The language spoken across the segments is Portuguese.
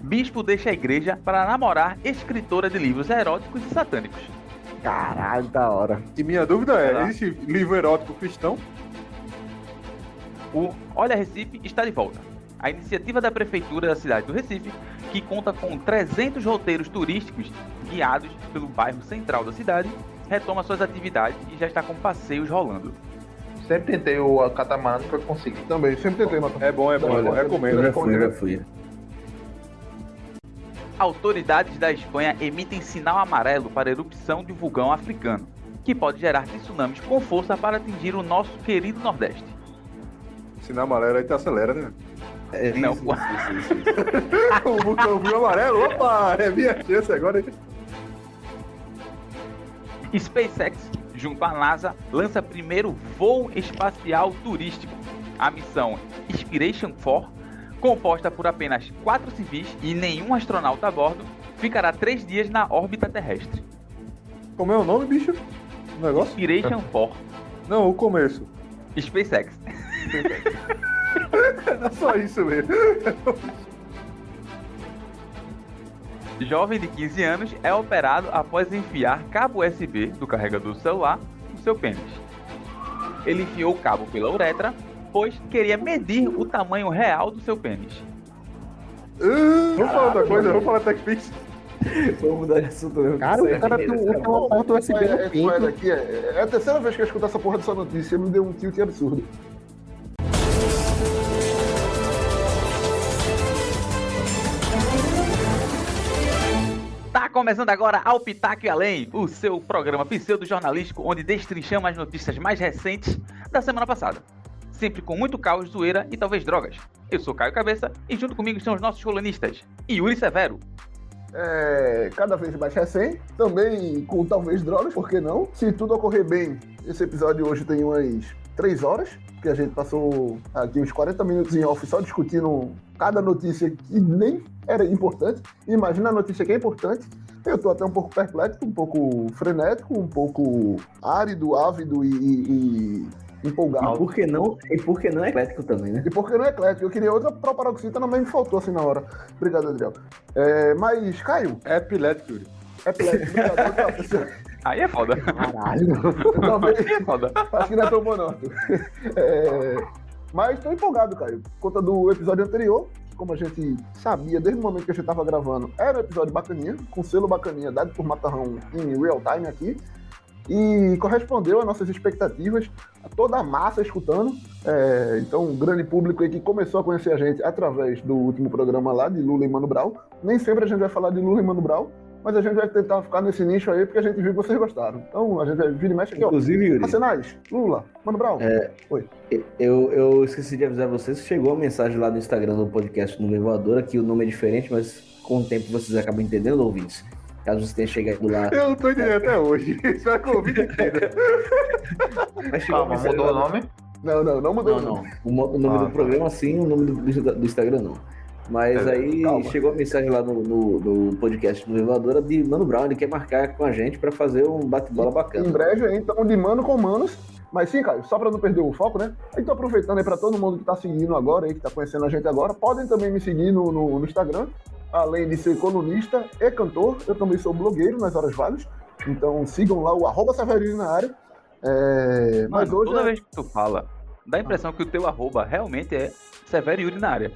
Bispo deixa a igreja para namorar escritora de livros eróticos e satânicos. Caralho, da hora. E minha dúvida Vai é, lá. esse livro erótico cristão O Olha Recife está de volta. A iniciativa da Prefeitura da cidade do Recife, que conta com 300 roteiros turísticos guiados pelo bairro central da cidade, retoma suas atividades e já está com passeios rolando. Sempre tentei o catamarã, nunca consegui. também, sempre tentei. É bom, é bom, é bom. Olha, recomendo. Eu já fui, recomendo. eu já fui. Autoridades da Espanha emitem sinal amarelo para erupção de um vulcão africano, que pode gerar tsunamis com força para atingir o nosso querido Nordeste. Sinal amarelo aí te acelera, né? É, Não. isso, isso, isso, isso. o bucão amarelo, opa, é minha chance agora. hein? SpaceX, junto à NASA, lança primeiro voo espacial turístico. A missão Inspiration 4, composta por apenas quatro civis e nenhum astronauta a bordo, ficará três dias na órbita terrestre. Como é o nome, bicho? O negócio? Inspiration 4, Não, o começo. SpaceX. Era É só isso mesmo. Jovem de 15 anos é operado após enfiar cabo USB do carregador do celular no seu pênis. Ele enfiou o cabo pela uretra, pois queria medir o tamanho real do seu pênis. Ah, Vamos falar outra coisa, vamos falar TechPix. Vou mudar de assunto. eu Cara, sei, o cara tem beleza, tá um- tem uma porta USB é, no é, tu é pinto. daqui, é, é a terceira vez que eu escuto essa porra dessa notícia, me deu um tilt absurdo. Tá começando agora ao Pitaco e Além, o seu programa pseudo-jornalístico onde destrinchamos as notícias mais recentes da semana passada. Sempre com muito caos, zoeira e talvez drogas. Eu sou Caio Cabeça e junto comigo estão os nossos colunistas, Yuri Severo, É, cada vez mais recém, também com talvez drogas, por que não? Se tudo ocorrer bem, esse episódio hoje tem umas 3 horas, que a gente passou aqui uns 40 minutos em off só discutindo cada notícia que nem era importante. Imagina a notícia que é importante. Eu tô até um pouco perplexo, um pouco frenético, um pouco árido, ávido e, e- e E empolgado. por que não? E por que não é eclético também, né? E porque não é eclético, eu queria outra proparoxítona, mas me faltou assim na hora. Obrigado, Adriel. É, mas, Caio, É epilético, Yuri. é epilético, obrigado. outra pessoa. aí é foda, Caralho. Talvez, aí é foda. acho que não é tão bom, não. Arthur. É, mas tô empolgado, Caio, por conta do episódio anterior. Como a gente sabia desde o momento que a gente tava gravando, era um episódio bacaninha, com selo bacaninha, dado por Macarrão em real time aqui. E correspondeu às nossas expectativas, a toda a massa escutando. É, então, um grande público aí que começou a conhecer a gente através do último programa lá de Lula e Mano Brown. Nem sempre a gente vai falar de Lula e Mano Brown, mas a gente vai tentar ficar nesse nicho aí porque a gente viu que vocês gostaram. Então, a gente vai vir e mexe aqui, ó. Inclusive, Yuri, Racionais, Lula, Mano Brown. eu, eu esqueci de avisar vocês. Chegou a mensagem lá no Instagram do podcast Nuvem Voadora, que o nome é diferente, mas com o tempo vocês acabam entendendo, ouvintes. Caso vocês tenham chegado lá. Eu não tô entendendo até hoje. é Espero que eu ouvi inteiro. Mas chegou a mensagem lá- nome? Não, não, não mudou. Não, não. O, mo- o nome Ah, do programa sim, o nome do, do- do Instagram não. Mas É, aí calma. chegou a mensagem lá no, no- no podcast do Elevadora de Mano Brown, ele quer marcar com a gente pra fazer um bate-bola Em bacana. breve, então, de mano com manos. Mas sim, Caio, só pra não perder o foco, né? Aí tô aproveitando aí pra todo mundo que tá seguindo agora, aí, que tá conhecendo a gente agora. Podem também me seguir no, no- no Instagram. Além de ser colunista e cantor, eu também sou blogueiro nas horas vagas. Então sigam lá o arroba Severino na área. É, mas Mano, hoje toda é- vez que tu fala, dá a impressão que o teu arroba realmente é Severo Yuri na área.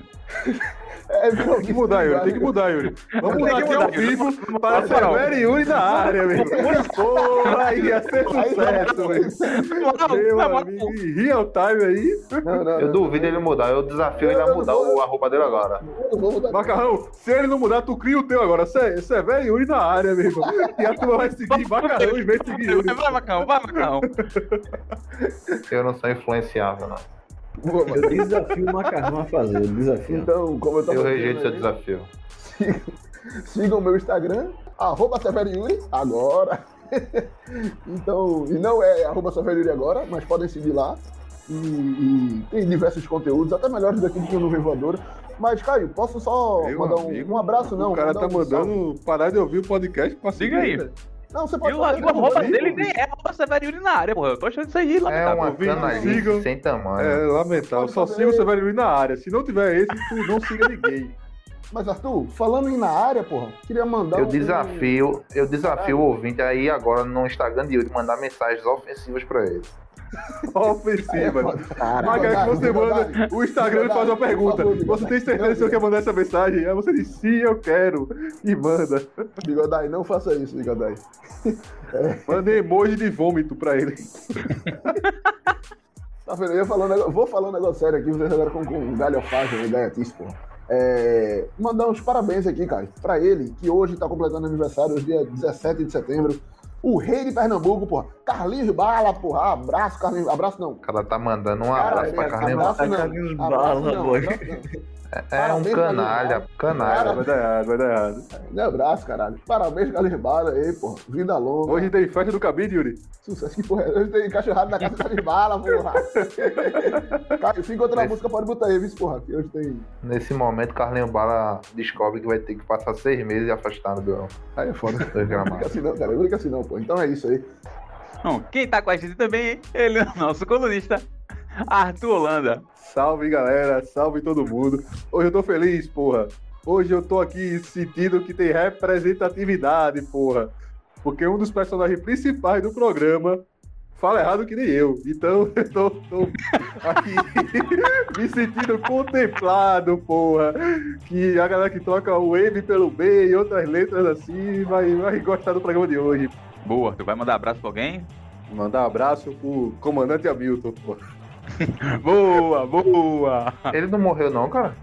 é, Tem que mudar, Yuri. Tem que mudar, Yuri. Vamos Tem mudar que aqui ao mudar, Yuri. vivo para Severo e Yuri da área, meu irmão. Porra, ia ser sucesso, velho. Meu amigo, em real time aí. Não, não, não. duvido ele mudar, eu desafio ele a mudar o- arroba dele agora. Eu vou mudar. Macarrão, se ele não mudar, tu cria o teu agora. Se- Severo e Yuri da área, meu irmão. E a turma vai seguir Macarrão em vez de seguir Yuri. Vai, Macão, vai, Macão. Eu não sou influenciável, não. Vou, mano. Eu desafio o Macarrão a fazer, eu desafio. Então, como eu tava Eu dizendo rejeito aí, seu desafio. Sigam o meu Instagram, arroba Severo Yuri, agora. então, e não é arroba Severo Yuri agora, mas podem seguir lá. E, e tem diversos conteúdos, até melhores daqui do que o Nuvem Voadora. Mas, Caio, posso só Meu mandar um, amigo, um abraço, não? O cara mandar tá um salve. mandando parar de ouvir o podcast pra Diga aí. velho. Não, você E pode tá o, fazer e o arroba também. dele nem é arroba Severo Yuri na área, porra. Eu tô achando isso aí lá. É Tá uma ouvindo? canalice Sigam. sem tamanho. É lamentável. Pode Só fazer. siga o Severo Luiz na área. Se não tiver esse, tu não siga ninguém. Mas, Arthur, falando em na área, porra, queria mandar. Eu um- desafio, eu desafio o ouvinte aí agora no Instagram de Yuri mandar mensagens ofensivas pra ele. É, Ofensiva. Cara, Mas cara, Rodrigo, você Rodrigo, manda, o Instagram ele faz uma pergunta. Você tem certeza que você quer mandar essa mensagem? Aí você diz, sim, eu quero. E manda. Bigodai, não faça isso, Bigodai. Manda emoji de vômito pra ele. Tá vendo? Eu ia falar um negócio- vou falar um negócio sério aqui, vocês agora com, com galhofagem, gaiatice, porra. É, mandar uns parabéns aqui, cara, pra ele, que hoje tá completando aniversário, hoje dia 17 de setembro. O rei de Pernambuco, porra. Carlinhos Bala, porra. Abraço, Carlinhos. Abraço não. O cara tá mandando um Cara, abraço pra é, Carlinhos. abraço não. Carlinhos Abraço Bala, não, boy. abraço não. É um parabéns, canalha, canalha. Cara, Vai dar errado, vai dar errado. Meu abraço, caralho. Parabéns, Carlinhos Bala aí, porra. Vida longa. Hoje tem festa do cabide, Yuri. Sucesso que porra. Hoje tem cachorrada na casa do Carlinhos Bala, porra. Cara, se encontrar a música, pode botar aí, viu, porra. Que hoje tem. Nesse momento, Carlinhos Bala descobre que vai ter que passar seis meses afastado do, Aí é foda. do Não brinca gramado. assim não, cara. Não brinca assim não, pô. Então é isso aí. Bom, quem tá com a gente também, ele é o nosso colunista, Arthur Holanda. Salve, galera. Salve todo mundo. Hoje eu tô feliz, porra. Hoje eu tô aqui sentindo que tem representatividade, porra. Porque um dos personagens principais do programa fala errado que nem eu. Então eu tô, tô aqui me sentindo contemplado, porra. Que a galera que troca o M pelo B e outras letras assim vai, vai gostar do programa de hoje. Boa, Arthur. Vai mandar abraço pra alguém? Mandar um abraço pro comandante Hamilton, porra. Boa, boa. Ele não morreu, não, cara?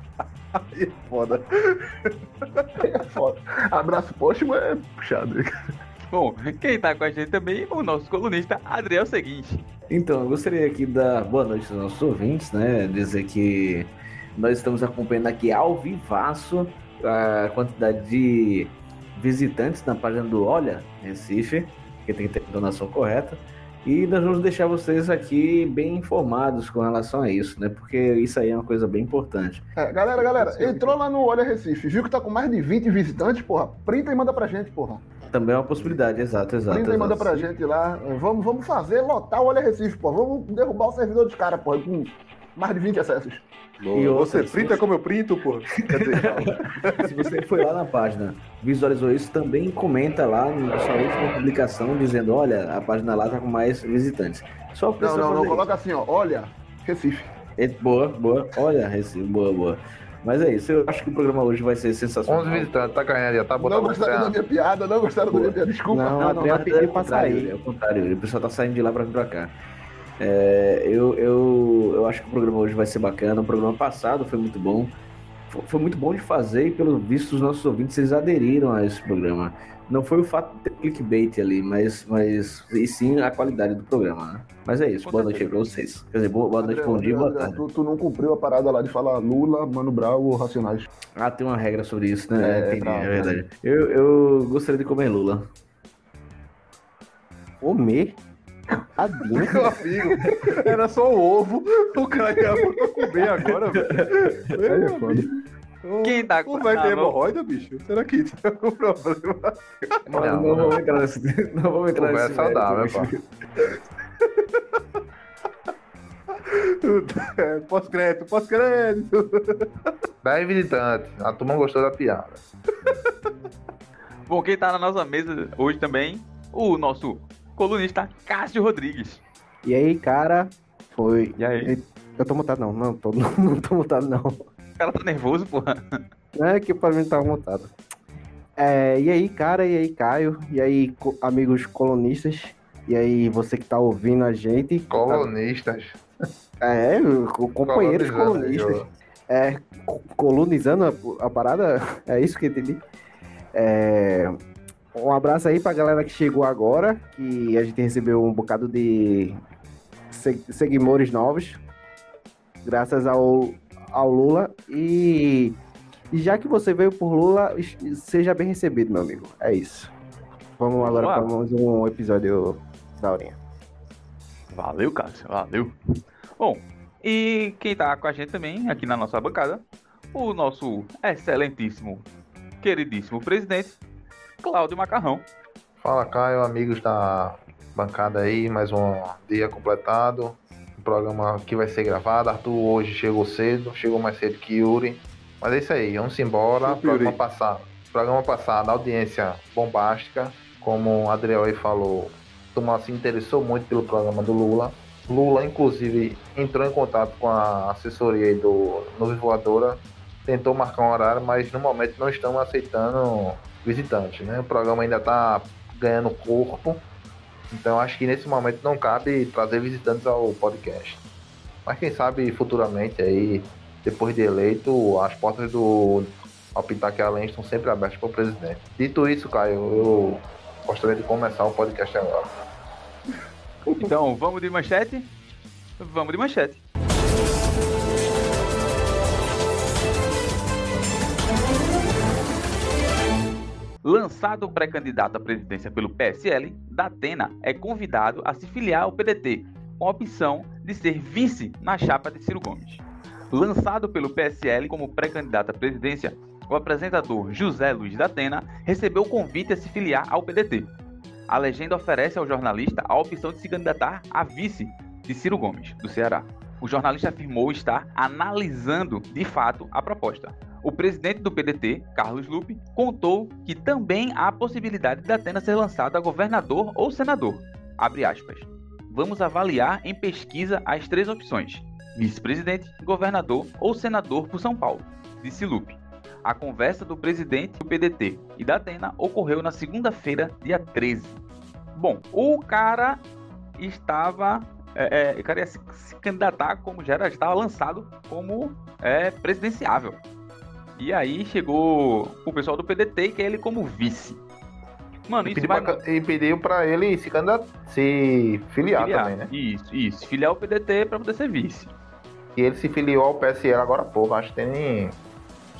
Que foda. É foda. Abraço póstumo é puxado. Bom, quem tá com a gente também, o nosso colunista, Adriel é Seguinte. Então, eu gostaria aqui de dar boa noite aos nossos ouvintes, né? Dizer que nós estamos acompanhando aqui ao vivaço a quantidade de visitantes na página do Olha Recife, que tem que ter a donação correta. E nós vamos deixar vocês aqui bem informados com relação a isso, né? Porque isso aí é uma coisa bem importante. É, galera, galera, entrou lá no Olha Recife, viu que tá com mais de 20 visitantes, porra. Printa e manda pra gente, porra. Também é uma possibilidade, exato, exato. Printa e manda exato. pra gente lá. Vamos, vamos fazer lotar o Olha Recife, porra. Vamos derrubar o servidor dos caras, porra, com mais de 20 acessos. E você printa como eu printo, porra. Quer dizer, Se você foi lá na página, visualizou isso, também comenta lá na sua última publicação dizendo, olha, a página lá tá com mais visitantes. Só Não, precisa não, não. fazer Coloca assim, ó. Olha, isso. Recife. É, boa, boa. Olha, Recife, boa, boa. Mas é isso, eu acho que o programa hoje vai ser 11 sensacional. visitantes, tá ganhando já, tá não botando pra gostaram da treinar. minha piada, não gostaram da minha piada. Desculpa. Não, não, não, Adriano não, pediu é o pra contrário, sair. É o contrário, o pessoal tá saindo de lá pra vir pra cá. É, eu, eu, eu acho que o programa hoje vai ser bacana. O programa passado foi muito bom. Fo- Foi muito bom de fazer e, pelo visto, os nossos ouvintes eles aderiram a esse programa. Não foi o fato de ter clickbait ali, mas, mas e sim a qualidade do programa. né? Mas é isso, Com boa noite certeza. aí pra vocês. Quer dizer, boa, boa noite, André, bom dia, André, boa André, tarde. Tu, tu não cumpriu a parada lá de falar Lula, Mano Brau ou Racionais. Ah, tem uma regra sobre isso, né? É, É, tem, bravo, é verdade. Eu, eu gostaria de comer Lula. Comer? Adinho? meu amigo, era só o ovo. O cara já botou comer agora, velho. Aí Meu é foda. amigo. Quem tá com Não vai ter Ah, vamos- hemorroida, bicho? Será que tem algum problema? Não, Não, não, não. vamos entrar nesse. Não vamos entrar Conversa nesse. mérito, saudável, bicho. pá. É, Pós-crédito, pós-crédito. 10 visitantes, a turma gostou da piada. Bom, quem tá na nossa mesa hoje também, o nosso colunista, Cássio Rodrigues. E aí, cara? Foi. E aí? Eu tô montado, não. Não, tô, não tô montado, não. O cara tá nervoso, porra. Não é que pra mim tava montado. É, e aí, cara? E aí, Caio? E aí, co- amigos colonistas? E aí, você que tá ouvindo a gente? Colonistas. É, co- companheiros colonizando, colonistas. É, co- colonizando a, a parada, é isso que eu entendi. É, um abraço aí pra galera que chegou agora, que a gente recebeu um bocado de se- seguidores novos, graças ao, ao Lula. E, e já que você veio por Lula, es- seja bem recebido, meu amigo. É isso. Vamos agora lá. para mais um episódio da Aurinha. Valeu, Cássio, valeu. Bom, e quem tá com a gente também, aqui na nossa bancada, o nosso excelentíssimo, queridíssimo presidente, Cláudio Macarrão. Fala, Caio, amigos da bancada aí, mais um dia Um completado. O programa que vai ser gravado. Arthur hoje chegou cedo, chegou mais cedo que Yuri. Mas é isso aí, vamos embora. Superior. Programa passado, programa passado, audiência bombástica. Como o Adriel aí falou, o turma se interessou muito pelo programa do Lula. Lula, inclusive, entrou em contato com a assessoria aí do Nuvem Voadora, tentou marcar um horário, mas no momento não estamos aceitando visitantes, né? O programa ainda está ganhando corpo, então acho que nesse momento não cabe trazer visitantes ao podcast. Mas quem sabe futuramente aí, depois de eleito, as portas do Alpitaque Além estão sempre abertas para o presidente. Dito isso, Caio, eu gostaria de começar o podcast agora. Então, vamos de manchete? Vamos de manchete. Lançado pré-candidato à presidência pelo PSL, Datena é convidado a se filiar ao PDT, com a opção de ser vice na chapa de Ciro Gomes. Lançado pelo PSL como pré-candidato à presidência, o apresentador José Luiz Datena recebeu o convite a se filiar ao PDT. A legenda oferece ao jornalista a opção de se candidatar a vice de Ciro Gomes, do Ceará. O jornalista afirmou estar analisando de fato a proposta. O presidente do PDT, Carlos Lupe, contou que também há a possibilidade da Atena ser lançada a governador ou senador. Abre aspas. Vamos avaliar em pesquisa as três opções: vice-presidente, governador ou senador por São Paulo, disse Lupe. A conversa do presidente do PDT e da Atena ocorreu na segunda-feira, dia 13. Bom, o cara estava. É, é, o cara ia se, se candidatar como já era, já estava lançado como é, presidenciável. E aí chegou o pessoal do PDT e quer ele como vice. Mano, E isso pediu, vai. pra- e pediu pra ele se, candidat... se filiar, filiar. também, né? Isso, isso. Filiar o PDT pra poder ser vice. E ele se filiou ao PSL agora há pouco, acho que tem nem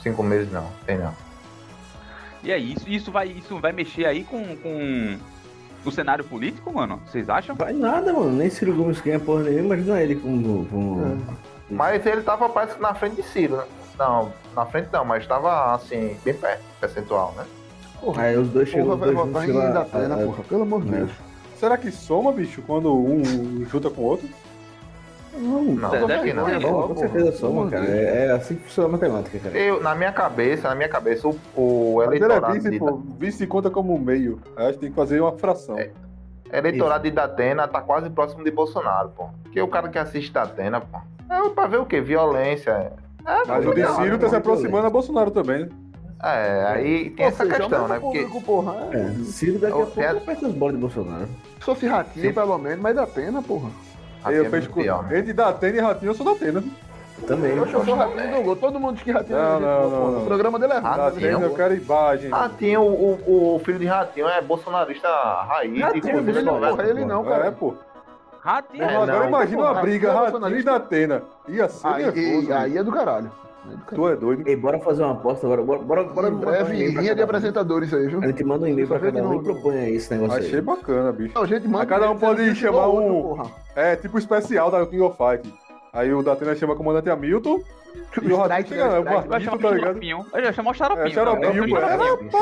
cinco meses não, tem não. E aí, isso, isso, vai, isso vai mexer aí com, com o cenário político, mano? Vocês acham? Vai nada, mano. Nem Ciro Gomes ganha porra nenhuma, imagina ele como. como... Mas ele tava parece que na frente de Ciro, né? Não, na frente não, mas tava assim, bem perto, percentual, né? Aí os dois Porra, chegam os vai dois juntos, votar sei em lá, Datena, a- a- porra. Pelo amor de né? Deus. Será que soma, bicho, quando um junta com o outro? Não, Deve acho que não. ter, É, com certeza soma, Porra. cara. É, é assim que funciona a matemática, É cara. Eu, na minha cabeça, na minha cabeça, o, o Mas ele é eleitorado, vice, de, pô. Vice conta como meio. Aí a gente tem que fazer uma fração. É. eleitorado de Datena tá quase próximo de Bolsonaro, pô. Porque o cara que assiste Datena, pô, é pra ver o quê? Violência. É, Mas o de não, Ciro tá se aproximando a Bolsonaro também, né? é, aí tem Ou essa seja, questão, né? aumenta o Porque público, porra. É. É, Ciro daqui Ô, a pouco é- aperta as bolas de Bolsonaro. Se fosse ratinho, Sim. pelo menos, mas Datena, porra. assim, eu é fecho muito com. pior, né? Entre Datena e Ratinho, eu sou Datena. Também. Eu acho que gosto o ratinho jogou. Todo mundo diz que ratinho Não, é gente não, boa, porra. não, O programa dele é ruim. Tá Ah, Datena, não. né? Ah, eu quero imagem. Ratinho, o, o- o filho de Ratinho é bolsonarista raiz. Ratinho, inclusive, ele não é conversa porra, ele com- não, É, cara. pô. Ratinho, É, Agora não. imagina uma Ratinho briga é Ratinho e bolsonarista. Datena. Ia ser Aí, nervoso. aí, aí é do caralho. Aí é do caralho. Tu é doido. Ei, bora fazer uma aposta agora. Bora, bora, bora Em mandar um breve, e-mail pra linha de cada um. apresentadores aí, viu? A gente manda um e-mail pra Só vê cada de um e novo. propõe aí esse negócio Achei aí. bacana, bicho. Não, gente, manda Aí cada um dizendo pode que chamar jogou um- outro, porra. É, tipo o especial da King of Fight. Aí o Datena chama o comandante Hamilton. E o Ratinho Strike, chega, né? é o Strike. vai Barquito, chamar tá o ligado? xaropinho. Ele vai chamar o xaropinho. É, xaropinho, cara. pô. É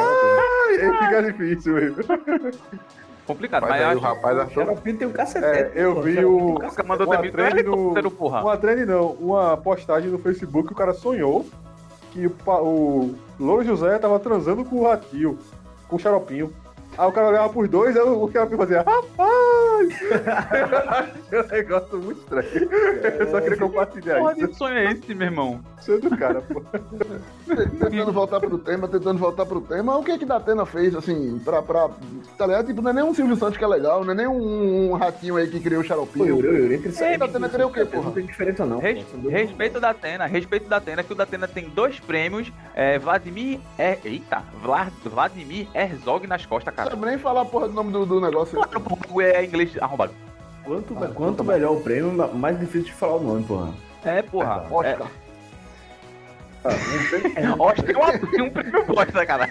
Aí fica difícil, velho. É complicado, Mas mas aí o eu acho rapaz achou. Cara, tem um É, cacetete. eu pô, vi cara. o. que o cara mandou uma também do trend no- helicóptero, porra. Uma trend não, uma postagem no Facebook que o cara sonhou que o, pa- o Louro José tava transando com o ratinho, com o xaropinho. Aí o cara olhava pros dois, aí o xaropinho fazia, rapaz! Eu achei um negócio muito estranho. Eu só queria compartilhar Porra, isso. que sonho é esse, meu irmão? Isso é do cara, pô. Tentando voltar pro tema, tentando voltar pro tema. O que é que Datena fez, assim, pra. pra tá ligado? Tipo, não é nem um Silvio Santos que é legal, não é nem um, um ratinho aí que criou o Pô, xaropinho. Yuri, Yuri, entre isso aí. Ei, Datena queria o quê, porra? Não tem diferença, não. Res- pô. São dois- respeito da Atena, respeito da Atena, que o da Atena tem dois prêmios. É, Vladimir. É, eita, Vla- Vladimir Herzog nas costas, Não cara. sabe nem falar a porra do nome do, do negócio. aí. Claro, porque é inglês arrombado. Quanto, Ah, um quanto tá bom. melhor o prêmio, ma- mais difícil de falar o nome, porra. É, porra. É, Oscar. Oscar tem uma- tem um prêmio bosta, cara.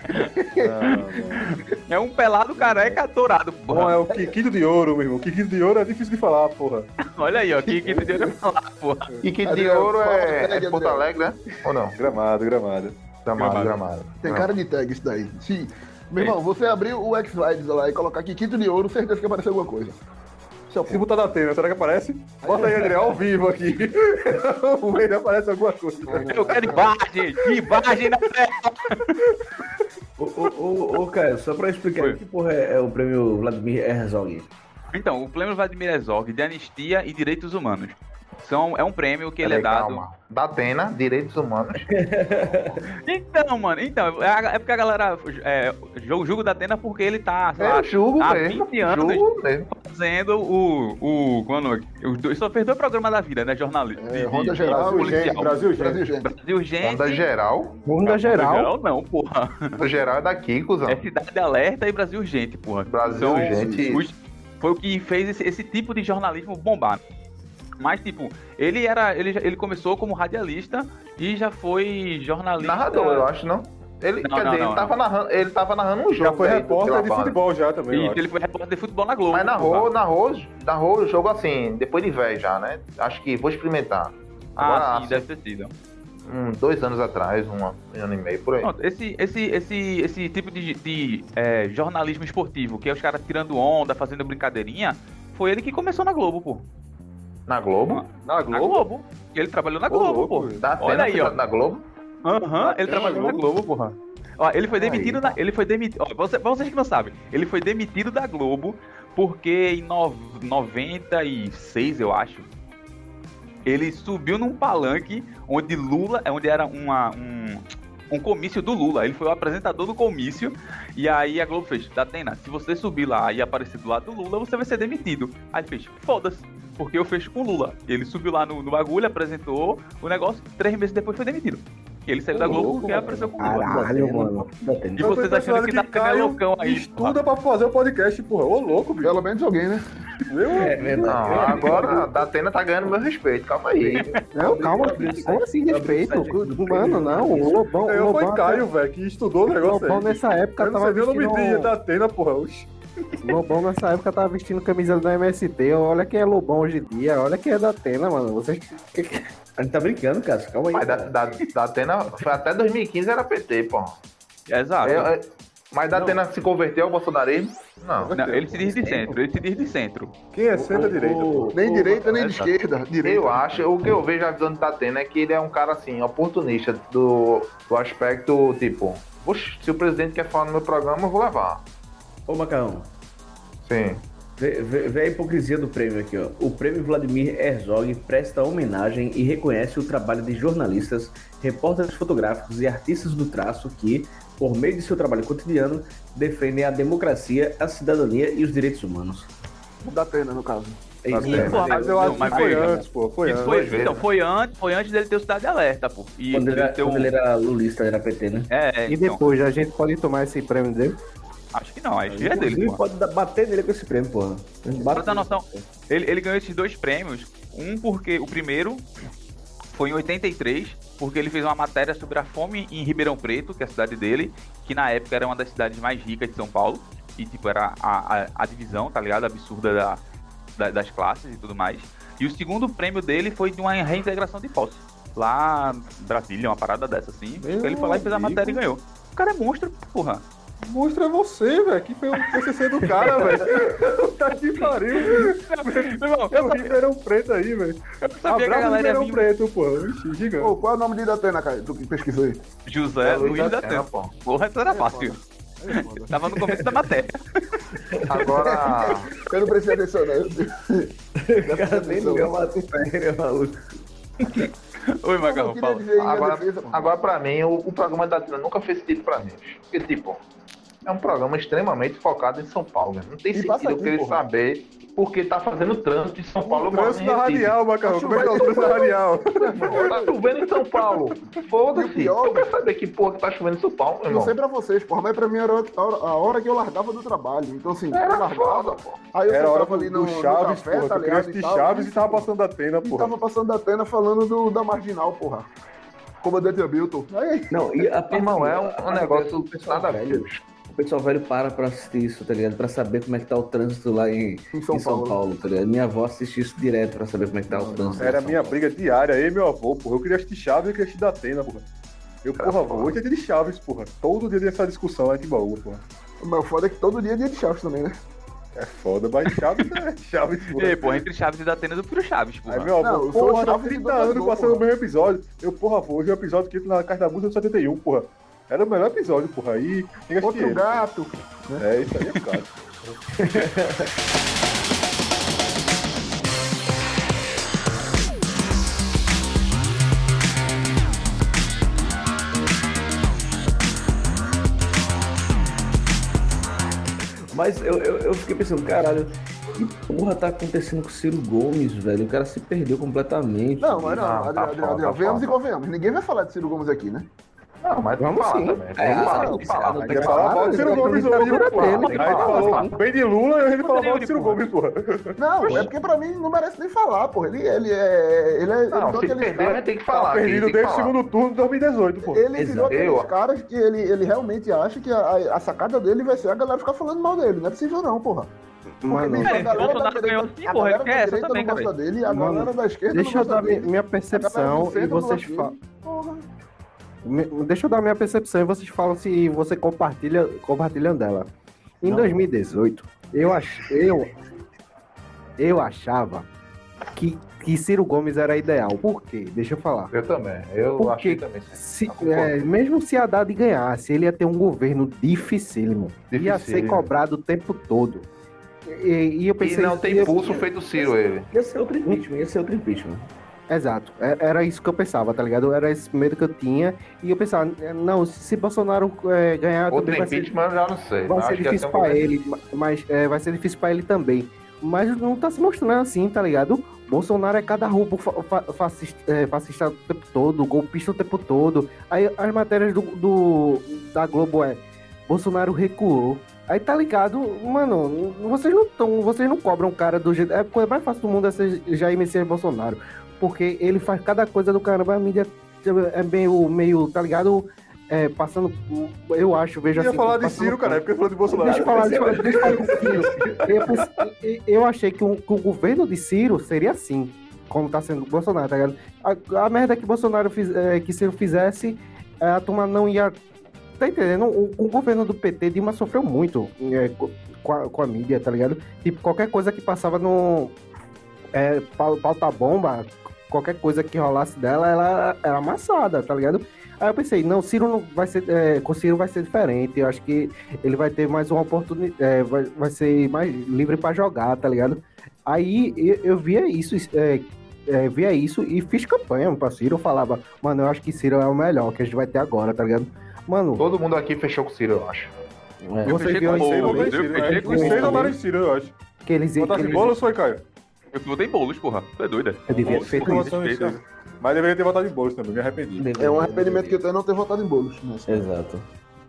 É um pelado careca dourado, Bom, porra. é o Kikito de ouro, meu irmão. Kikito de ouro é difícil de falar, porra. Olha aí, ó. Que que deu pra falar, porra. E que de é Adriano, ouro fala do é, Greg, é Porto Adriano. Alegre, né? Ou não? Gramado, gramado. Gramado, gramado. tá Tem Não. cara de tag isso daí. Se, meu irmão, você abrir o X-Files lá e colocar Kikito de ouro, certeza que apareceu alguma coisa. seu cu. Se botar na tela, será que aparece? Bota aí, André, ao vivo aqui. o ele aparece alguma coisa. Eu quero imagem! Imagem na tela! Ô, ô, ô, ô, Caio, só pra explicar, Foi. que porra é, é o prêmio Vladimir Herzog? Então, o prêmio Vladimir Herzog de Anistia e Direitos Humanos. São, é um prêmio que ele é dado. Calma. Da Atena, direitos humanos. Então, mano, então, é, a- é porque a galera é, joga o jogo da Atena porque ele tá, sei lá, Eu julgo há mesmo. 20 anos. Julgo mesmo. fazendo o. o quando, os dois, só fez dois programas da vida, né? Jornalista. É, Ronda Geral, Brasil policial. Gente, Brasil Gente. Brasil, gente. Brasil Gente. Onda geral. Onda geral. não, porra. Onda geral é daqui, cuzão. É Cidade Alerta e Brasil Gente, porra. Brasil, Então, gente. os- foi o que fez esse, esse tipo de jornalismo bombar. Mas, tipo, ele era. Ele, já- ele começou como radialista e já foi jornalista. Narrador, eu acho, não? Ele, Não, quer não, dizer, não, ele, tava narrando, ele tava narrando um jogo. Já foi aí do repórter de Pilabar. futebol já também, eu Isso, acho. ele foi repórter de futebol na Globo. Mas narrou, porra. narrou, narrou o jogo assim, depois de velho já, né? Acho que vou experimentar. Ah, Agora, sim, deve ter sido. um, dois anos atrás, um ano um ano e meio, por aí. Pronto, esse, esse, esse, esse tipo de, de, é, jornalismo esportivo, que é os caras tirando onda, fazendo brincadeirinha, foi ele que começou na Globo, pô. Na Globo? Na Na Globo? Globo. Ele trabalhou na Ô, Globo, louco, pô. velho. Da Olha Atena, aí, filha ó. da Globo? Aham, ele Até trabalhou na na Globo, porra. Ó, ele foi demitido na. Ele foi demitido. Ó, você- pra vocês que não sabem, ele foi demitido da Globo porque em no, 96, eu acho. Ele subiu num palanque onde Lula. é Onde era uma, um, um comício do Lula. Ele foi o apresentador do comício. E aí a Globo fez: Datena, se você subir lá e aparecer do lado do Lula, você vai ser demitido. Aí ele fez: foda-se. Porque eu fecho com o Lula. Ele subiu lá no, no bagulho, apresentou o negócio, três meses depois foi demitido. Ele saiu da Globo porque apareceu com o Lula. Caralho, Datena, mano. Datena. E vocês achando que, Datena é loucão aí. Estuda pra fazer o podcast, porra. Ô, louco, bicho. Pelo menos alguém, né? Meu É Não, verdade. Ah. agora a da Atena tá ganhando meu respeito, calma aí. Não, calma. Como assim, respeito? Mano, não. O Lobão. o Eu foi Lobão- Caio, velho, que estudou o o negócio Lobão aí. nessa época Eu não tava sei nem o vestindo... nome dele, da Atena, porra. Oxi. Lobão nessa época tava vestindo camisa da MST. Olha quem é Lobão hoje em dia. Olha quem é da Atena, mano. Vocês A gente tá brincando, Cássio. Calma aí. Mas da, cara. da, da Atena, foi até 2015 era PT, pô. Exato. Eu- eu- mas da Atena se converteu ao bolsonarismo? Não. Não, ele se diz de centro, ele se diz de centro. Quem é centro-direita, porra? Nem direita, nem de essa- esquerda. Direita. Eu acho, o que eu vejo a visão do Datena é que ele é um cara assim, oportunista do, do aspecto tipo, "Oxe, se o presidente quer falar no meu programa, eu vou levar. Ô, Macarrão, Sim. vê, vê- vê a hipocrisia do prêmio aqui, ó. O prêmio Vladimir Herzog presta homenagem e reconhece o trabalho de jornalistas, repórteres fotográficos e artistas do traço que, por meio de seu trabalho cotidiano, defendem a democracia, a cidadania e os direitos humanos. Da Atena, no caso. É Tá isso, certo. né? Mas eu acho Não, mas que foi veja. antes, pô. Foi Isso antes. foi, vezes, então, né? foi, antes, foi antes dele ter o Cidade Alerta, pô. E Quando ele, dele é- era, ter um- quando ele era lulista, ele era PT, né? É, é, E então, depois a gente pode tomar esse prêmio dele? acho que não, acho que é dele, Inclusive, pô. pode dar- bater nele com esse prêmio, porra. Pra ter noção, ele, ele ganhou esses dois prêmios. Um porque o primeiro foi em 83, porque ele fez uma matéria sobre a fome em Ribeirão Preto, que é a cidade dele, que na época era uma das cidades mais ricas de São Paulo. E tipo, era a, a, a divisão, tá ligado? Absurda da, da- das classes e tudo mais. E o segundo prêmio dele foi de uma reintegração de posse. Lá em Brasília, uma parada dessa, assim. Meu ele foi lá e fez a amigo. matéria e ganhou. O cara é monstro, porra. Mostra você, velho. Que foi um o PCC do cara, velho. Tá que pariu. Meu irmão, É eu o sabia, Ribeirão Preto aí, velho. eu sabia que a Abraço galera ia Ribeirão vir Preto, pô. Oxi, gigante. Ô, qual é o nome de Datena, Caio? Tu que pesquisou aí. José É, Luiz da Atena. É pô. Porra, essa era fácil. É foda. Tava no começo da matéria. Agora, Eu não prestei atenção, né? O cara nem liga assim, pra tu, velho, maluco. Oi, Eu Macarrão, queria fala. dizer aí, minha agora, defesa, pô. agora pra mim, o, o programa da Atena nunca fez sentido pra mim. Porque, tipo, é um programa extremamente focado em São Paulo, velho. Não tem E passa sentido eu aqui, querer porra. saber por que tá fazendo trânsito em São Paulo. O eu moro trânsito em da Recife. radial, Macarrão. Como é que é o trânsito da radial? Tá chovendo em São Paulo. E o Foda-se. pior, Você vai saber que porra que tá chovendo em São Paulo, meu Não irmão. sei pra vocês, porra, mas pra mim era a hora, a hora que eu largava do trabalho. Então, assim, eu Era largava. foda, pô. Aí eu Era a hora sentava do, ali no, do no Chaves, café, porra. tá Eu queria ligado? assistir tal. Chaves e tava passando da Atena, E porra. tava passando da Atena falando do, da marginal, porra. Comandante Hamilton. Aí, Não, e a parte- Irmão, é um, um a- negócio o pessoal nada velho. velho. O pessoal velho para pra assistir isso, tá ligado? Pra saber como é que tá o trânsito lá em, em em São, São Paulo. Paulo, tá ligado? Minha avó assiste isso direto pra saber como é que tá o trânsito. Era em a São minha Paulo. briga diária, eu e meu avô, porra. Eu queria assistir Chaves e eu queria assistir da Atena, porra. Eu, porra, avô, hoje é dia de Chaves, é porra. Todo dia tem essa discussão lá em Timbaúba, porra. Mas o foda é que todo dia é dia de Chaves também, né? É foda, mas Chaves é Chaves, pô. Ei, porra, então, entre Chaves e da Atena do Puro Chaves, porra. Aí, meu Não, avô, eu sou o porra, tá Chaves 30 do Dodô, anos passando o porra. mesmo episódio. Eu, porra, avô, hoje é o episódio que entra na Casa da Música de 71, porra. Era o melhor episódio, porra. Aí, tem que Outro assistir gato. ele. É, isso aí é caro. Mas eu, eu, eu fiquei pensando, caralho, que porra tá acontecendo com o Ciro Gomes, velho? O cara se perdeu completamente. Não, mas não, Não, tá Adriano, Adriano, foda, tá venhamos e foda. convenhamos. Ninguém vai falar de Ciro Gomes aqui, né? Não, mas tem que Vamos falar sim. também. Tem que É, falar, não, tem que não falar, tem tem que Quer falar. falar claro, mal do Ciro ele é Gomes tá hoje, procurando porra. ele, tem que Aí falar, tem falou que bem de Lula e ele falou mal do Rodrigo, Ciro porra. Gomes, porra. Não, é porque pra mim não merece nem falar, porra. Ele, ele é. Ele é. Não, ele se né? perder, a gente tem que falar. Tá aqui, perdido tem que desde o falar. segundo turno de 2018, porra. Ele Exato. virou aqueles Eu- caras que ele, ele realmente acha que a, a sacada dele vai ser a galera ficar falando mal dele. Não é possível não, porra. Mas não. bicho, É, Bolsonaro ganhou sim, tá assim, a porra, galera ele da quer essa direita também, não gosta dele, a Mano, galera da esquerda Deixa não eu gosta dar mi- dele. minha a galera do percepção e centro não vocês gosta falam. dele. Porra. Me- Deixa eu dar minha percepção e vocês falam se você compartilha, compartilham dela. Em 2018, eu, ach, eu, eu achava que, que Ciro Gomes era ideal. Por quê? Deixa eu falar. Eu também. Eu Por achei quê? também. sim. Se- Eu concordo. é, mesmo se a Haddad ganhasse, ele ia ter um governo dificílimo. Ia ser Dificílimo. cobrado o tempo todo. E, e eu E pensei. não tem eu- pulso feito assim, Ciro, ele. Ia ser outro impeachment, ia ser outro impeachment. Exato, É- era isso que eu pensava, tá ligado? Era esse medo que eu tinha. E eu pensava, não, se se Bolsonaro é, ganhar, Outro também vai ser, impeachment eu já não sei. vai Acho ser que difícil até um pra ele, ma- mas é, vai ser difícil pra ele também. Mas não tá se mostrando assim, tá ligado? Bolsonaro é cada roubo fa- fa- fascista, é, fascista o tempo todo, golpista o tempo todo. Aí as matérias do, do- da Globo é Bolsonaro recuou. Aí tá ligado, mano, n- vocês não tão, vocês não cobram o cara do jeito. É a coisa mais fácil do mundo é ser Jair Messias Bolsonaro. Porque ele faz cada coisa do caramba, a mídia é meio, meio tá ligado? É, passando. Eu acho, vejo Eu ia assim. falar de passando Ciro, cara, é porque falou de Bolsonaro. Deixa eu falar, deixa eu falar, é deixa eu falar do Ciro. Eu, pensei- eu achei que o, que o governo de Ciro seria assim, como tá sendo o Bolsonaro, tá ligado? A, a merda que Bolsonaro fiz, eh, que Ciro fizesse, eh, a turma não ia. Tá entendendo? O, o governo do PT, Dilma sofreu muito eh, co- com, a, com a mídia, tá ligado? Tipo, qualquer coisa que passava no. eh, pau- pauta bomba, qualquer coisa que rolasse dela, ela era amassada, tá ligado? Aí eu pensei, não, Ciro não vai ser. eh, com Ciro vai ser diferente. Eu acho que ele vai ter mais uma oportunidade, vai, vai ser mais livre pra jogar, tá ligado? Aí eu, eu via isso, é, é, via isso e fiz campanha pra Ciro. Eu falava, mano, eu acho que Ciro é o melhor que a gente vai ter agora, tá ligado? Mano, Todo mundo aqui fechou com o Ciro, eu acho. É. É Eu você fechei viu com isso Vocês não Boulos, também? eu tem Ciro, né? fechei com Vocês não Boulos. votaram em Ciro, eu acho. que eles, que Votaram em eles- Boulos foi, Caio? Eu votei em Boulos, porra. Tu é doida. eu devia ter Boulos, feito porra, isso. votou em Ciro. Mas deveria ter votado em Boulos também, me arrependi. É um arrependimento que eu tenho não ter votado em né? bolos. Exato.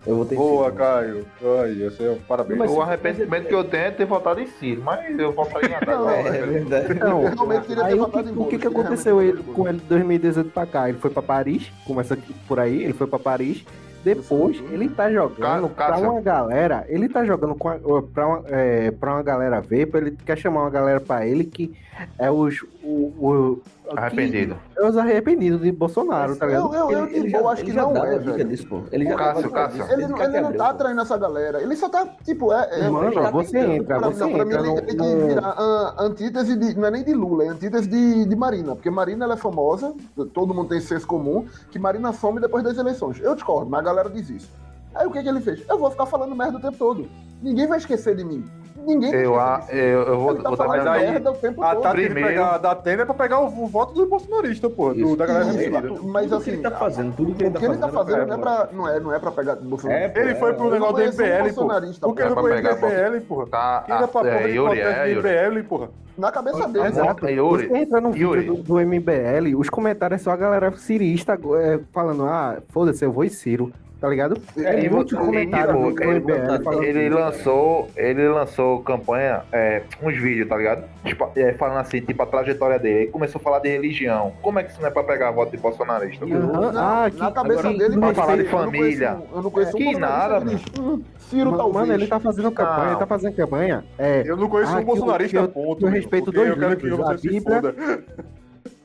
Eu vou ter Boa, que- Caio. Aí, você é um parabéns. Mas- o arrependimento que eu tenho é ter votado em Ciro, mas eu votaria em Não, Haddad. É verdade. Não, Eu realmente queria ter aí o que, votado em o Boulos, que, que eu realmente aconteceu queria ele, ter votado em com ele de 2018 pra cá? Ele foi pra Paris, começa aqui por aí, ele foi pra Paris. Depois, ele tá jogando Cássio, pra Cássio. uma galera, ele tá jogando com a, pra, uma, é, pra uma galera ver, pra ele quer chamar uma galera pra ele que é os... O, o, Arrependido. que- é os arrependidos de Bolsonaro, tá ligado? Eu, eu, eu, de boa, acho que não dava é, dica velho. disso, pô. Ele já Cássio, dava dica Cássio. disso Ele, desde não- que ele não abriu, tá pô. atraindo essa galera. Ele só tá, tipo, é. é Mano, ele já você tem- entra, pra, você não, pra mim é ele, entra no... ele tem que no- virar ah, antítese de. Não é nem de Lula, é antítese de, de Marina. Porque Marina ela é famosa, todo mundo tem senso comum, que Marina some depois das eleições. Eu discordo, mas a galera diz isso. Aí o que, que ele fez? Eu vou ficar falando merda o tempo todo. Ninguém vai esquecer de mim. Ninguém vai Eu, é esquecer a- disso. eu, eu vou, Ele tá vou também mas aí- falando Ah, tá. merda o tempo A todo. tática de Primeiro- pegar da tenda é pra pegar o, o voto do bolsonarista, porra. do- Isso. da galera Isso, arrependida. tudo Mas tudo que assim, ele tá fazendo, tudo que ele o tá que ele tá fazendo não é pô. pra, não é, não é pra pegar do Bolsonaro. É, pô, Ele foi é, pro Eu não negócio do conheço um MBL, porra. bolsonarista, Por que pô. ele É não pra conhece pegar voto. MBL, porra? Tá, Quem era pra é, poder de Yuri, é, protesto de Yuri. MBL, porra? Na cabeça dele. Exato. né? É, Yuri. Você entra no Yuri. vídeo do, do MBL, os comentários é só a galera cirista é, falando, ah, foda-se, eu vou e Ciro, tá ligado? É, Tem e muitos você- comentários e, pô, do cara, MBL falando Ele isso, assim, cara. lançou, ele lançou campanha, é, uns vídeos, tá ligado? Tipo, é, falando assim, tipo, a trajetória dele. Aí começou a falar de religião. Como é que isso não é pra pegar voto de bolsonarista? Aham, Não, ah, na que- cabeça agora- dele, pra falar de eu não conheço família. um- Eu não conheço um Que bolsonarista nada, que diz, "Hum, Ciro, Mano, talvez. mano, ele tá fazendo campanha, Não. ele tá fazendo campanha. É, Eu não conheço Ah, um que- bolsonarista, que eu- ponto. que eu meu, respeito porque dois eu quero que livros, você a se Bíblia, foda.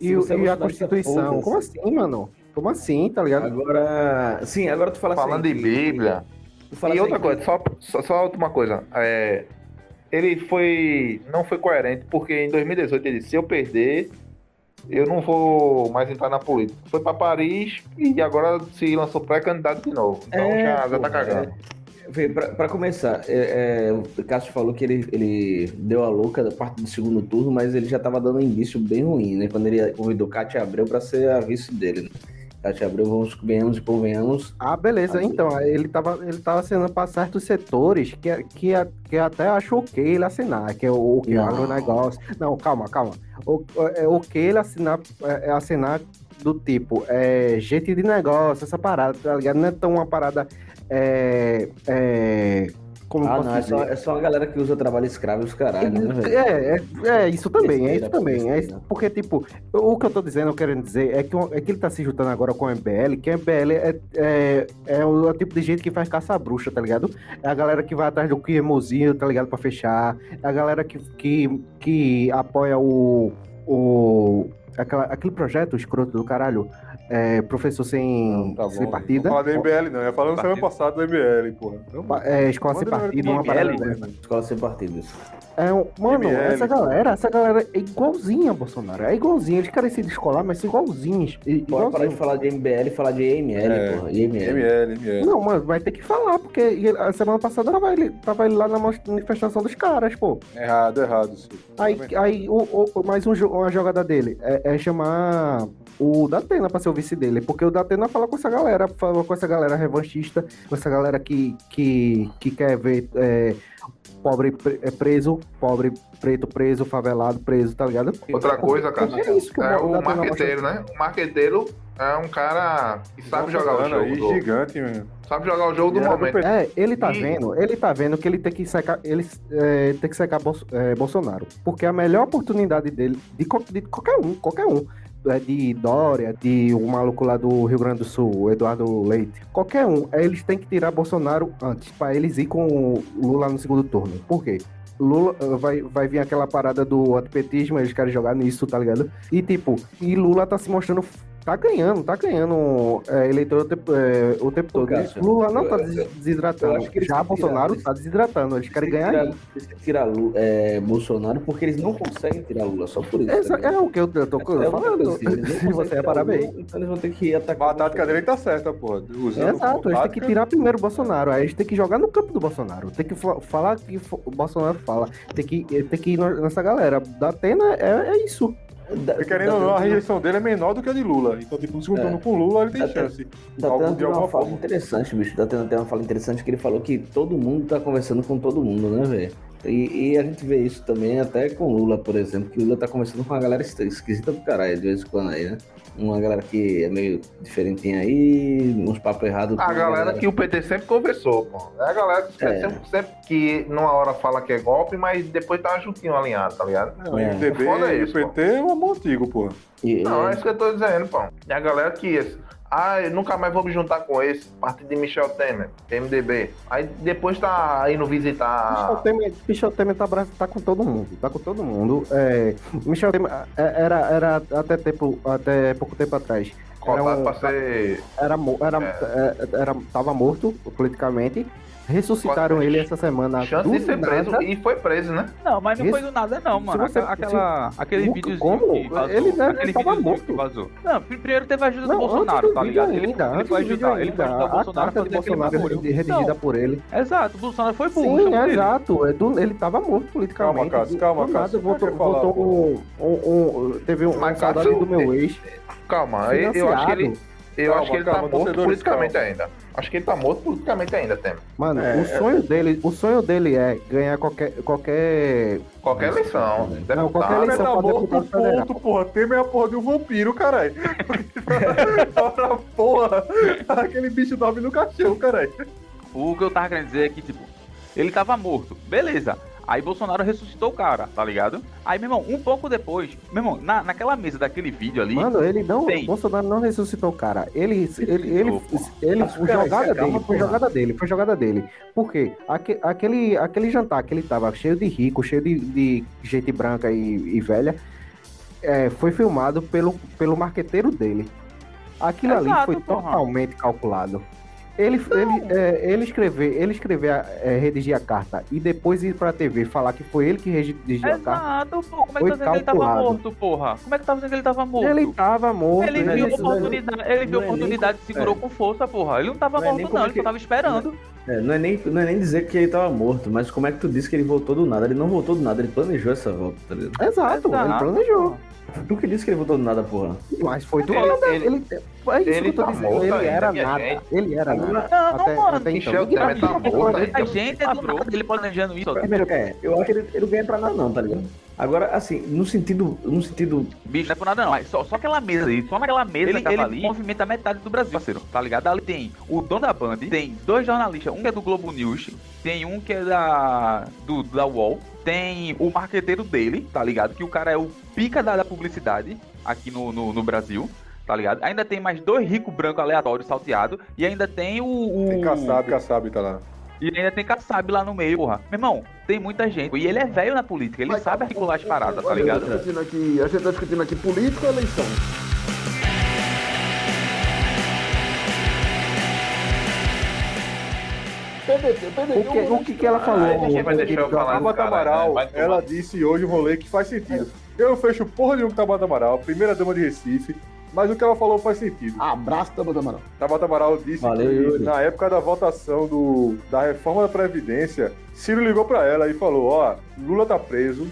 e, Se você e gostar a dessa Constituição. porra, Como assim, mano? Como assim, tá ligado? Agora, sim, agora tu fala Falando assim, de Bíblia. tu fala e assim outra que- coisa, só, só, só uma coisa. É, ele foi. não foi coerente, porque em 2018 ele disse, se eu perder, eu não vou mais entrar na política. Foi pra Paris e agora se lançou pré-candidato de novo. Então É, já, já pô, tá cagando. Vê, pra, pra começar, é, é, o Cássio falou que ele, ele deu a louca da parte do segundo turno, mas ele já tava dando um indício bem ruim, né? Quando ele convidou Cátia Abreu pra ser a vice dele, né? Cátia Abreu, vamos venhamos e convenhamos. Ah, beleza. Ah, então, ele tava, ele tava assinando para certos setores que, que, que eu até acho ok ele assinar, que é o, o que é o Não. agronegócio. Não, calma, calma. O, é ok ele assinar, é, é assinar do tipo, é, gente de negócio, essa parada, tá ligado? Não é tão uma parada. É, é, como eu Ah, posso não, é dizer? só, é só a galera que usa trabalho escravo e os caralho, né, velho? É, é, é isso também, é Besteira, isso também. É isso, besteira. porque, tipo, o que eu tô dizendo, eu quero dizer, é que, o- é que ele tá se juntando agora com o MBL, que o MBL é, é, é o tipo de gente que faz caça-bruxa, tá ligado? É a galera que vai atrás do Kiemozinho, tá ligado? Pra fechar. É a galera que, que, que apoia o. o aquela- aquele projeto escroto do caralho. é, professor sem, Não, tá sem bom. partida. Não falar da MBL, não. Ia falando semana Partido. passada do MBL, porra. Então, Pa- é, escola sem manda no partido, uma MBL, parada. né? Escola sem partidos. É, um- mano, ML, essa galera, essa galera é igualzinha a Bolsonaro. É igualzinha. Eles querem se descolar, mas são igualzinhos. i- Bora parar de Igualzinho. falar de MBL e falar de EML, É. porra. EML. ML, ML. Não, mano, vai ter que falar, porque ele- a semana passada tava ele, tava ele lá na mos- manifestação dos caras, pô. Errado, errado. Sil. Aí, aí o, o- mais um jo- uma jogada dele é, é chamar o Datena pra ser o vice dele, porque o Datena fala com essa galera, fala com essa galera revanchista, com essa galera que, que, que quer ver é, pobre pre- é, preso, pobre preto preso, favelado preso, tá ligado? Outra coisa, cara. Porque é isso que É o Datena mostra. marqueteiro, né? O marqueteiro é um cara que sabe jogar o jogo. Então, Tá aí, do- gigante, mano. Sabe jogar o jogo do Ele era do momento. PT. É, ele tá E- vendo, ele tá vendo que ele tem que secar, ele é, tem que secar Bolso- é, Bolsonaro, porque a melhor oportunidade dele, de, co- de qualquer um, qualquer um, é, de Dória, de um maluco lá do Rio Grande do Sul, Eduardo Leite, qualquer um, é, eles têm que tirar Bolsonaro antes, pra eles ir com o Lula no segundo turno. Por quê? Lula eh, vai, vai vir aquela parada do antipetismo, eles querem jogar nisso, tá ligado? E tipo, e Lula tá se mostrando. Tá ganhando, tá ganhando é, eleitor o tempo, eh, o tempo Ô, todo. Cássio, Lula não tá eu- des- eu- eu desidratando. acho que eles Já têm que tirar- Bolsonaro eles- tá desidratando, eles querem ganhar. tirar, aí. eles têm que tirar Lu- é, Bolsonaro porque eles não conseguem tirar Lula, só por isso. Essa tá ligado? é o que eu tô É uma falando. coisa assim, eles não Se conseguem você tirar reparar Lula, bem. Então eles vão ter que atacar. Mas a tática dele tá certa, porra. Usando Exato, eles têm que tática- tirar primeiro o Bolsonaro, aí eles têm que jogar no campo do Bolsonaro, tem que fa- falar o que fo- o Bolsonaro fala, tem que, eh, tem que ir no- nessa galera. Da Atena é, é isso. Da- Porque, tá querendo ou Datena- não, a rejeição dele é menor do que a de Lula. Então, tipo, no segundo É. turno com Lula, ele tem Até- chance. Datena Algum- de tem tá uma alguma fala forma. interessante, bicho. Datena tem uma fala interessante que ele falou que todo mundo tá conversando com todo mundo, né, velho? E, e a gente vê isso também até com Lula, por exemplo, que Lula tá conversando com uma galera est- esquisita do caralho, de vez em quando aí, né? Uma galera que é meio diferentinha aí, uns papos errados. É. com A galera que o PT sempre conversou, pô. É a galera que É. sempre, sempre que numa hora fala que é golpe, mas depois tá juntinho alinhado, tá ligado? Não, É. o MDB Foda e isso, o PT é um amor antigo, porra. E- Não, é e- isso que eu tô dizendo, pô. É a galera que. Ah, eu nunca mais vou me juntar com esse. Partido de Michel Temer, MDB. Aí depois tá indo Ah. Michel visitar. Temer, Michel Temer tá, bra- tá com todo mundo, tá com todo mundo. É, Michel Temer é, era, era até, tempo, até pouco tempo atrás, Cotado um- pra ser. era, mo- era, é, era, tava morto politicamente, ressuscitaram Qual- ele essa semana. Chance do de ser preso. nada. E foi preso, né? Não, mas não Isso- foi do nada, não, se mano. você- Aquela, aquela- aquele Como? vídeo Como? que vazou. Ele deve- aquele tava videozinho morto. que vazou. Não, pr- primeiro teve a ajuda do Não, Bolsonaro, antes do tá vídeo ligado? Ele- ainda, ele antes foi do vídeo ajudar, ele ainda. foi ajudar o A Bolsonaro carta pra do dizer que ele Bolsonaro morreu. redigida por ele. Não, Exato, o Bolsonaro foi burro. Sim, chamou ele. exato. É do- ele tava morto politicamente. Calma, Cássio, do- calma, do Cássio. nada voltou, Não quer falar, voltou um, um- um- Teve um, Mas, um saudade Cássio, do meu ex. Calma, eu, eu acho que ele. financiado. Eu Calma, acho que ele calma, tá morto torcedores, politicamente ainda. Acho que ele tá morto politicamente ainda, Temer. Mano, É, o sonho dele, o sonho dele é ganhar qualquer. qualquer. Qualquer eleição. Não, qualquer deputado. eleição. Temer só tá pra morto, deputado ponto, federal. porra. Temer é a porra de um vampiro, caralho. Ora, porra. Aquele bicho dorme no caixão, caralho. O que eu tava querendo dizer é que, tipo, ele tava morto. Beleza. Aí Bolsonaro ressuscitou o cara, tá ligado? Aí, meu irmão, um pouco depois, meu irmão, na, naquela mesa daquele vídeo ali. Mano, ele não. Tem. Bolsonaro não ressuscitou o cara. Ele. ele, Ressuscitou, ele, ele- Acho foi é, que era jogada esse, calma, dele. Foi porra. jogada dele. Foi jogada dele. Por quê? Aque- Aquele, aquele jantar que ele tava cheio de rico, cheio de, de gente branca e, e velha, é, foi filmado pelo, pelo marqueteiro dele. Aquilo ali Exato, foi porra. totalmente calculado. Ele, ele, é, ele escrever, ele escrever, a- é, redigir a carta e depois ir pra TV falar que foi ele que redigiu a carta. Exato, pô. Como é que Foi tá dizendo que ele tava calculado. morto, porra? Como é que tá dizendo que ele tava morto? Ele tava morto. Ele né? viu a isso, né? oportunidade, ele viu a Não é nem oportunidade e segurou com força, porra. Ele não tava Não é nem morto, como não, é ele que- só tava esperando. É, não, é nem, não é nem dizer que ele tava morto, mas como é que tu disse que ele voltou do nada? Ele não voltou do nada, ele planejou essa volta, tá ligado? Exato, ele Exato. planejou. Tu que disse que ele voltou do nada, porra? Mas foi do Ele- nada. ele- Ele, é isso ele que eu tô tá dizendo. morto Ele ainda, era minha nada. gente. Ele era Não, nada. não, mano. até então. Michel Temer tá morto ainda. A gente é do nada, ele planejando isso. É, eu acho que ele, ele não ganha pra nada não, tá ligado? Agora, assim, no sentido, no sentido Bicho, não é por nada não. Mas Só, só aquela mesa ali, só naquela Ele- mesa ele, tava ele ali, movimenta metade do Brasil, parceiro. Tá ligado? Ali tem o dono da Band, tem dois jornalistas, um que é do Globo News, tem um que é da do, da UOL, tem o marqueteiro dele, tá ligado? Que o cara é o pica da, da publicidade aqui no, no, no Brasil. Tá ligado? Ainda tem mais dois ricos brancos aleatórios salteados. E ainda tem o. o Tem Kassab, Kassab tá lá. E ainda tem Kassab lá no meio, porra. Meu irmão, tem muita gente. E ele é velho na política, ele Mas- sabe articular as paradas, tá Olha, ligado? discutindo aqui- a gente tá discutindo aqui política ou eleição? PDT, PDT. O que, o que, que ela falou? Ah, ninguém vai deixar eu falar. né? Ela- Tabata Caralho, Amaral, vai tomar. ela disse hoje um rolê que faz sentido. Eu não fecho porra nenhuma com Tabata Amaral, primeira dama de Recife, mas o que ela falou faz sentido. Abraço, Tabata Amaral. Tabata Amaral disse Valeu, que Yuri. na época da votação do, da reforma da Previdência, Ciro ligou pra ela e falou: Ó, Lula tá preso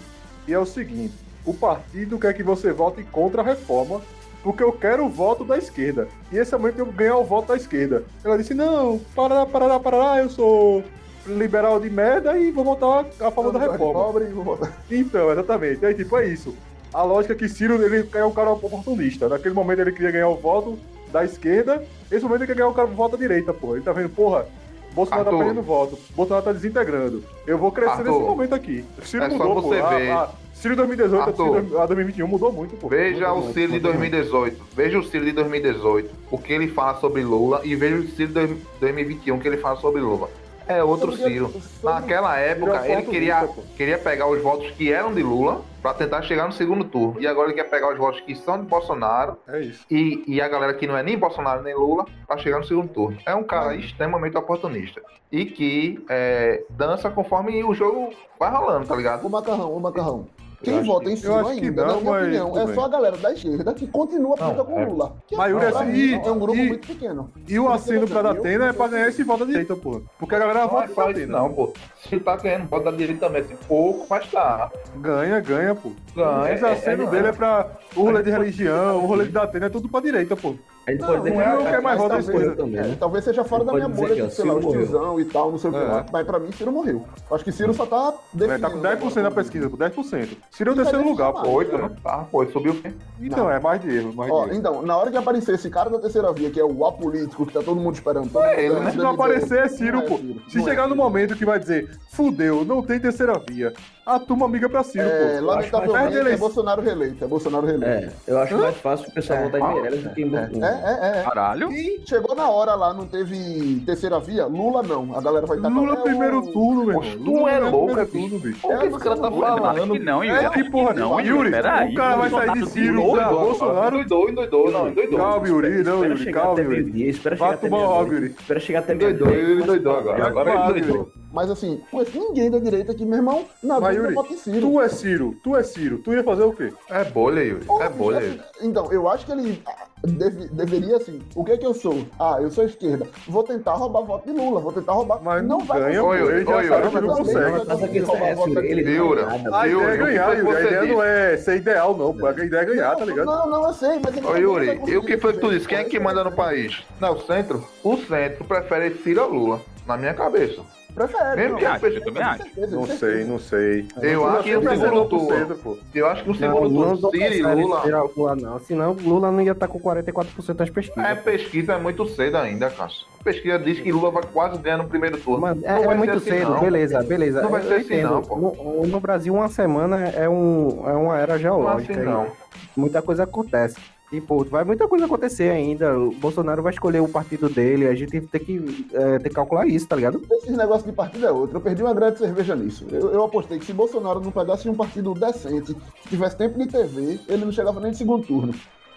e é o seguinte: o partido quer que você vote contra a reforma. Porque eu quero o voto da esquerda. E esse é o momento que eu ganhar o voto da esquerda. Ela disse: não, parará, parará, parará, eu sou liberal de merda e vou votar a favor da reforma. Pobre, vou votar. Então, exatamente. Aí, tipo, é isso. A lógica é que Ciro, ele é um cara oportunista. Naquele momento ele queria ganhar o voto da esquerda, nesse momento ele quer ganhar o cara- o voto da direita, porra. Ele tá vendo, porra, Bolsonaro Arthur. tá perdendo voto, Bolsonaro tá desintegrando. Eu vou crescer Arthur, nesse momento aqui. Ciro é só mudou, você porra. A- ver. a- Ciro 2018 a Arthur. Ciro- a 2021 mudou muito, porra. Veja Mudou o muito, Ciro de mudou muito. 2018. Veja o Ciro de 2018. O que ele fala sobre Lula. E veja o Ciro de 2021 que ele fala sobre Lula. É outro Sobre- Ciro. sobre- Naquela época, Ele é ele queria, oportunista, queria pegar os votos que eram de Lula pra tentar chegar no segundo turno. E agora ele quer pegar os votos que são de Bolsonaro É isso. e, e a galera que não é nem Bolsonaro nem Lula pra chegar no segundo turno. É um cara Hum. extremamente oportunista. E que é, dança conforme o jogo vai rolando, tá ligado? O macarrão, o macarrão. Quem acho vota em que- Ciro eu acho que ainda, não, na minha mas opinião, tudo é bem. só a galera da esquerda que continua puta com o Lula. Que Mas, Yuri, pra assim, mim, é um grupo e- muito pequeno. E o aceno pra Eu- Datena é pra ganhar esse voto da direita, porra. Porque a galera Não é vota só pra isso Datena. não, pô. Se tá ganhando, pode dar direito também, assim, pouco, mas tá. Ganha, ganha, pô. Ganha, Esse é- é- aceno é- dele é pra o rolê de religião, o rolê de Datena é tudo pra direita, pô. A gente Não, pode não é- não quer mais voto da talvez- esquerda. também, né? Talvez seja fora Ele da pode minha dizer bolha que, ó, de, sei lá, Ciro os morreu. tiozão e tal, não sei o que É. lá. Mas pra mim, Ciro morreu. Acho que Ciro só tá É, definindo. tá com 10% na pesquisa, pô, 10%. Seria é o Não tá terceiro nem lugar, chamado. pô. Oito, não tá, pô, subiu o quê? Então, é mais de erro, mais Ó, de erro. então, na hora que aparecer esse cara da terceira via, que é o apolítico, que tá todo mundo esperando. Todo É, ele, mundo né? Se não aparecer, é Ciro, Não é pô. Ciro, Se não é chegar no Ciro. momento que vai dizer, fudeu, não tem terceira via, a turma amiga pra Ciro, É, pô. Perde lamentavelmente, é eleição. Bolsonaro reeleito. É Bolsonaro reeleito. É, eu acho mais fácil o pessoal votar em Meirelles do que em É, Bolsonaro. é, é. é. Ah, Caralho. E chegou na hora lá, não teve terceira via? Lula não. A galera vai tá estar Lula é primeiro um turno, meu Poxa, irmão. tu é Lula primeiro louco, é turno, bicho. O que esse cara tá Acho falando? que não, Yuri. É, Acho que porra, que não, Yuri, peraí. o cara vai sair de Ciro Tá, pra Bolsonaro. Endoidou, endoidou, não, endoidou. Calma, Yuri, não, Espera Yuri, chegar calma, até Yuri. meio-dia, espera Vai chegar até tomar um meia-noite, Yuri. Espera chegar até Endoidou, meia-noite, ele mas- endoidou agora. Agora ele é Vai, endoidou. Mas assim, conheço ninguém da direita aqui, meu irmão, na Vai, vida Yuri. vota em Ciro. Tu é Ciro, tu é Ciro, tu ia fazer o quê? É bolha, Yuri, Porra, é bicho, bolha, assim, Yuri. Então, eu acho que ele ah, deve- deveria, assim, o que é que eu sou? Ah, eu sou esquerda. Vou tentar roubar voto de Lula, vou tentar roubar... Mas não ganha, pô. Oi, Yuri, Ele já sabe oi, Yuri. que não Mas também consegue. vai Mas a conseguir questão roubar é voto essa, aqui. Yuri, ele não Viura. é nada. A Ah, Yuri, ideia é o que ganhar, foi que Yuri. A você ideia não é ser ideal, não, pô. A ideia é ganhar, tá ligado? Não, não, eu sei, mas... ele Ô também vai Yuri, conseguir e o que foi que tu fazer. disse? Quem é que manda no país? Não, o centro? O centro prefere Ciro ou Lula, na minha cabeça. Prefere. Mesmo não, que com acho, seja- também acho. certeza, Não com sei, não sei. Eu acho que o é segundo turno. Eu acho que o Não, segundo Lula não turno, Ciro e pensava em Lula. tirar o Lula, não. Senão Lula não ia estar com 44% das pesquisas. É, pesquisa é muito cedo ainda, Cássio. A pesquisa diz que Lula vai quase ganhar no primeiro turno. Mano, Não é, vai é muito ser assim, cedo, não. beleza, beleza. Não vai Eu ser assim, entendo. não, pô. No, no Brasil, uma semana é, um, é uma era Não é geológica. assim, aí não. Muita coisa acontece. Tipo, vai muita coisa acontecer ainda. O Bolsonaro vai escolher o partido dele. A gente tem que, é, tem que calcular isso, tá ligado? Esses negócios de partido é outro. Eu perdi uma grande cerveja nisso. Eu, eu apostei que se Bolsonaro não pegasse um partido decente, que tivesse tempo de TV, ele não chegava nem de segundo turno.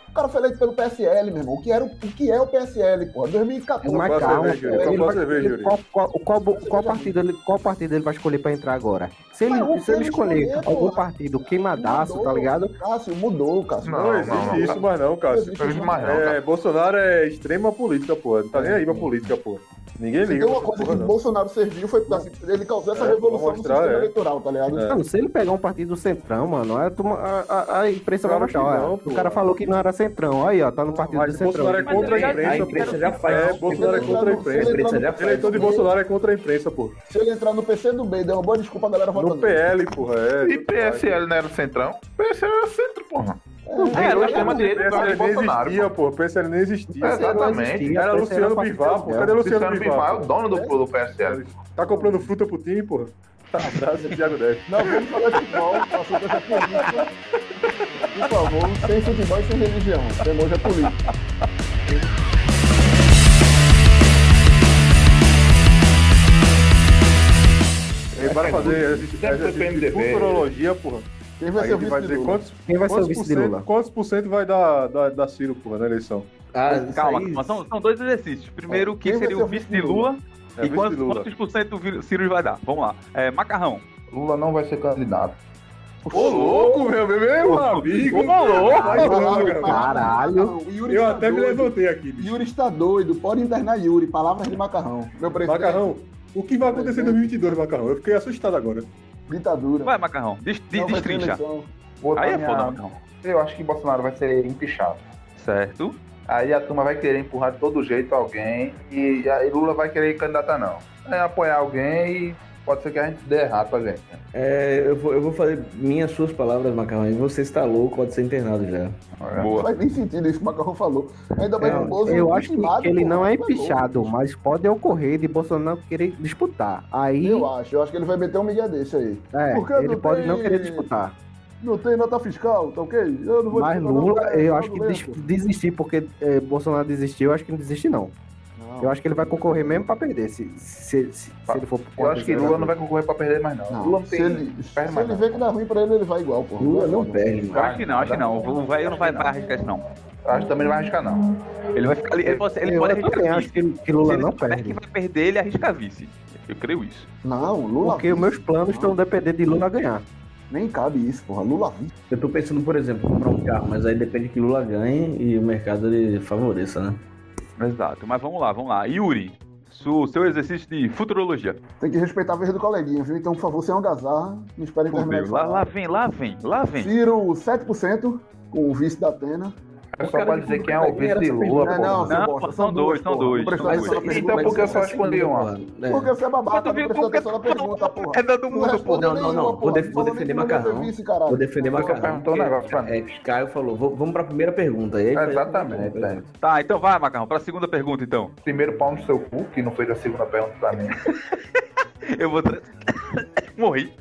O cara foi eleito pelo PSL, meu irmão. O que, era, o o que é o PSL, porra? 2014. Mas Só pra calma, você ver, Júlio, só pô, ele pra vai- você ver, ele- Júlio. Qual, qual, qual, qual partido ele, qual partido ele vai escolher pra entrar agora? Se ele, Mas o se ele que ele escolher escolher, algum porra? partido queimadaço, Mudou. tá ligado? Cássio, mudou, Cássio. Não, Não, não, existe não, isso cara. mais não, Cássio. existe Não existe mais não, É, cara. Bolsonaro é extrema política, porra. Não tá nem aí pra política, porra. Ninguém Se liga deu uma pra essa coisa porra, que não. Bolsonaro serviu foi assim, ele causou essa É, revolução vou mostrar, no sistema é. eleitoral, tá ligado? É. Mano, se ele pegar um partido do centrão, mano, a, turma- a, a- a imprensa Claro vai mostrar. que Olha, não, o pô. cara falou que não era centrão. Olha Aí, ó, tá no partido Mas do centrão. Bolsonaro é contra a imprensa, A pô. imprensa já faz. É, isso. Bolsonaro é contra a imprensa. A imprensa já faz. Eleitor de isso. Bolsonaro é contra a imprensa, porra. Se ele entrar no PC do B e der uma boa desculpa, a galera vota No nele. PL, porra. É, E PSL não era centrão? PSL era centro, porra. É, era o é, extrema O direita do PSL nem Bolsonaro. existia, pô. porra. O PSL nem existia. É, exatamente. Era Luciano Bivar, pô. Cadê Luciano Luciano Bivar é Bivar? o pô? dono do, do PSL. Tá comprando fruta pro time, porra. Tá, abraço, Thiago Neves. Não, vamos falar de futebol, o assunto é política. Por favor, sem futebol e sem religião. Tem hoje é política. Ele vai fazer exercício Sempre foi exercício de PMDB. futurologia, porra. Quem Aí vai ser o ele vai vice de dizer Lula? quantos, Quem vai ser o quantos, vice de porcento, Lula? quantos por cento vai dar, dar, dar Ciro, porra, na eleição. Ah, isso Calma, aí- calma, um são, são dois exercícios. Primeiro, o que Quem vai seria ser o vice de Lula É, e vice de quantos, Lula. quantos por cento o vi- Ciro vai dar. Vamos lá. É, macarrão. Lula não vai ser candidato. Ô, louco, meu, meu, meu amigo. Vai logo, cara. Caralho. O Yuri Eu está até me doido. levantei aqui, bicho. Yuri está doido, pode internar Yuri. Palavras de macarrão. Meu presidente, Macarrão, o que vai acontecer em 2022, Macarrão? Eu fiquei assustado agora. ditadura. Vai, macarrão. Des, de- Não vai ter destrincha. eleição. Vou Aí é botar foda, minha- macarrão. Eu acho que Bolsonaro vai ser empichado. Certo. Aí a turma vai querer empurrar de todo jeito alguém e aí Lula vai querer candidatar não. É apoiar alguém e pode ser que a gente dê errado pra gente. né? É, eu, vou, eu vou fazer minhas suas palavras, Macarrão. E você está louco, pode ser internado já. Não Boa. faz nem sentido isso que o Macarrão falou. Ainda mais o Bozo. Eu acho lado, que ele porra, não é tá louco. empichado, mas pode ocorrer de Bolsonaro querer disputar. Aí, Eu acho, eu acho que ele vai meter um migué desse aí. é, porque ele não pode tem- não querer disputar. Não tem nota fiscal, tá ok? Eu não vou Mas disputar, não, Lula, cara, eu tá acho que doendo. des- desistir, porque eh, Bolsonaro desistiu, eu acho que não desiste, não. Não. Eu acho que ele vai concorrer mesmo pra perder, se, se, se, se ele for pro Eu acho que Lula não vai concorrer pra perder mais não. Não, Lula não se tem... ele, se perde mais ele não. vê que dá ruim pra ele, ele vai igual, pô. Lula Vai não foda. perde, mano. Eu acho que não, acho que não. O Vai não vai, vai arriscar isso, não. Eu acho que também não vai arriscar não. Ele vai ficar ali. Ele pode, ele eu pode também arriscar acho vice. que, que Se Lula ele não souber que perde. vai perder, ele arrisca vice. Eu creio isso. Não, Lula. Porque os vice. meus planos estão dependendo de Lula ganhar. Nem cabe isso, porra. Lula vice. Eu tô pensando, por exemplo, comprar um carro, mas aí depende que Lula ganhe e o mercado ele favoreça, né? Exato. Mas vamos lá, vamos lá. Yuri, su, seu exercício de futurologia. Tem que respeitar a vez do coleguinha, viu? Então, por favor, sem algazarra, não esperem terminar de Lá, falar. lá vem, lá vem, lá vem. Ciro, 7%, com o vice da Atena. É só pra dizer quem é o vice de Não, Lula, não, pô. seu Não, bosta, são dois, porra. são dois, Não prestou são atenção na dois. pergunta. Então, por que eu só assim, respondi né? uma? Porque você é Mas babaca, tu não viu prestou como que atenção na pergunta, porra. é todo Não mundo, respondeu Não, não, nenhuma, não. porra. Vou def- Não vou falou nem defender que Lula é macarrão. vice, caralho. Vou defender Você só Macarrão. perguntou um negócio pra É, mim. Caio falou, "Vamos- vamos pra primeira pergunta. E aí faz- Exatamente. É, é. Tá, então vai, Macarrão, pra segunda pergunta, então. Primeiro pau no seu cu, que não fez a segunda pergunta pra mim. Eu vou. tra- Morri.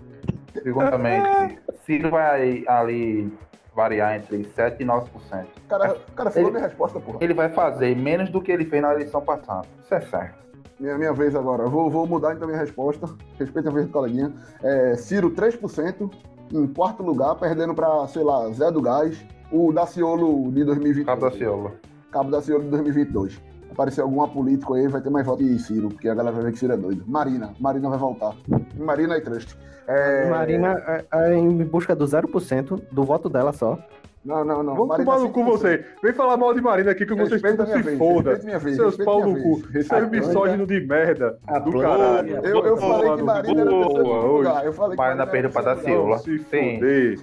Segundo também, que Ciro vai ali variar entre 7% e 9%. O cara, o cara falou Ele- minha resposta, porra. Ele vai fazer menos do que ele fez na eleição passada. Isso é certo. Minha, minha vez agora. Eu Vou, vou mudar então minha resposta. Respeita a vez do coleguinha. É, Ciro, 3%. Em quarto lugar, perdendo para, sei lá, Zé do Gás. O Daciolo de 2022. Cabo da Ciolo. Cabo Daciolo de 2022. Aparecer algum político aí, vai ter mais voto que Ciro, porque a galera vai ver que Ciro é doido. Marina. Marina vai voltar. Marina e Trust. É, Marina, é, é em busca do 0% do voto dela só. Não, não, não. Vamos Marina, tomar no cu 5%. você. Vem falar mal de Marina aqui que vocês Respeita tudo a minha se vez. foda. Respeita a minha vez. Seus respeita a pau minha no vez. cu. Respeita a Seu minha vez. misógino de merda. A Do planta- caralho. Eu, Boa, eu falei que Marina era boa, terceiro lugar. Eu falei que Marina perdeu pra era terceiro Daciolo. Não se foder.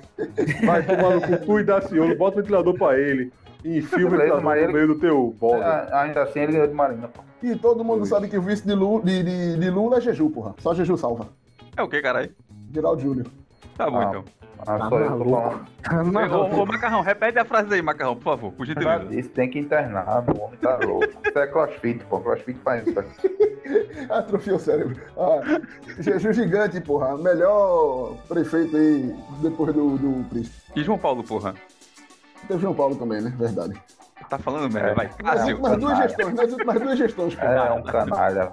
Vai tomar no cu, cuida Daciolo. Bota o ventilador pra ele. Enfia o ventilador no meio do teu bolo. É, Ainda assim, ele ganhou de Marina. pô. lugar. E todo mundo sabe que o vice de Lula, de, de- de Lula é Jeju, porra. Só Jeju salva. É o que, caralho? Geraldo Júlio. Tá bom, Ah, então. Ah, Tá só eu tô maluco. falando. Tá maluco. Ô, ô, Macarrão, repete a frase aí, Macarrão, por favor, por Já gentileza. disse, tem que internar, o homem tá louco. Isso é crossfit, pô. Crossfit faz isso. aqui. Atrofia o cérebro. Ah, Jeju gigante, porra. Melhor prefeito aí depois do, do príncipe. E João Paulo, porra? Teve João Paulo também, né? Verdade. Tá falando merda, vai. Nas Cássio. últimas duas canalha. gestões, nas últimas duas gestões, porra. É um É canalha.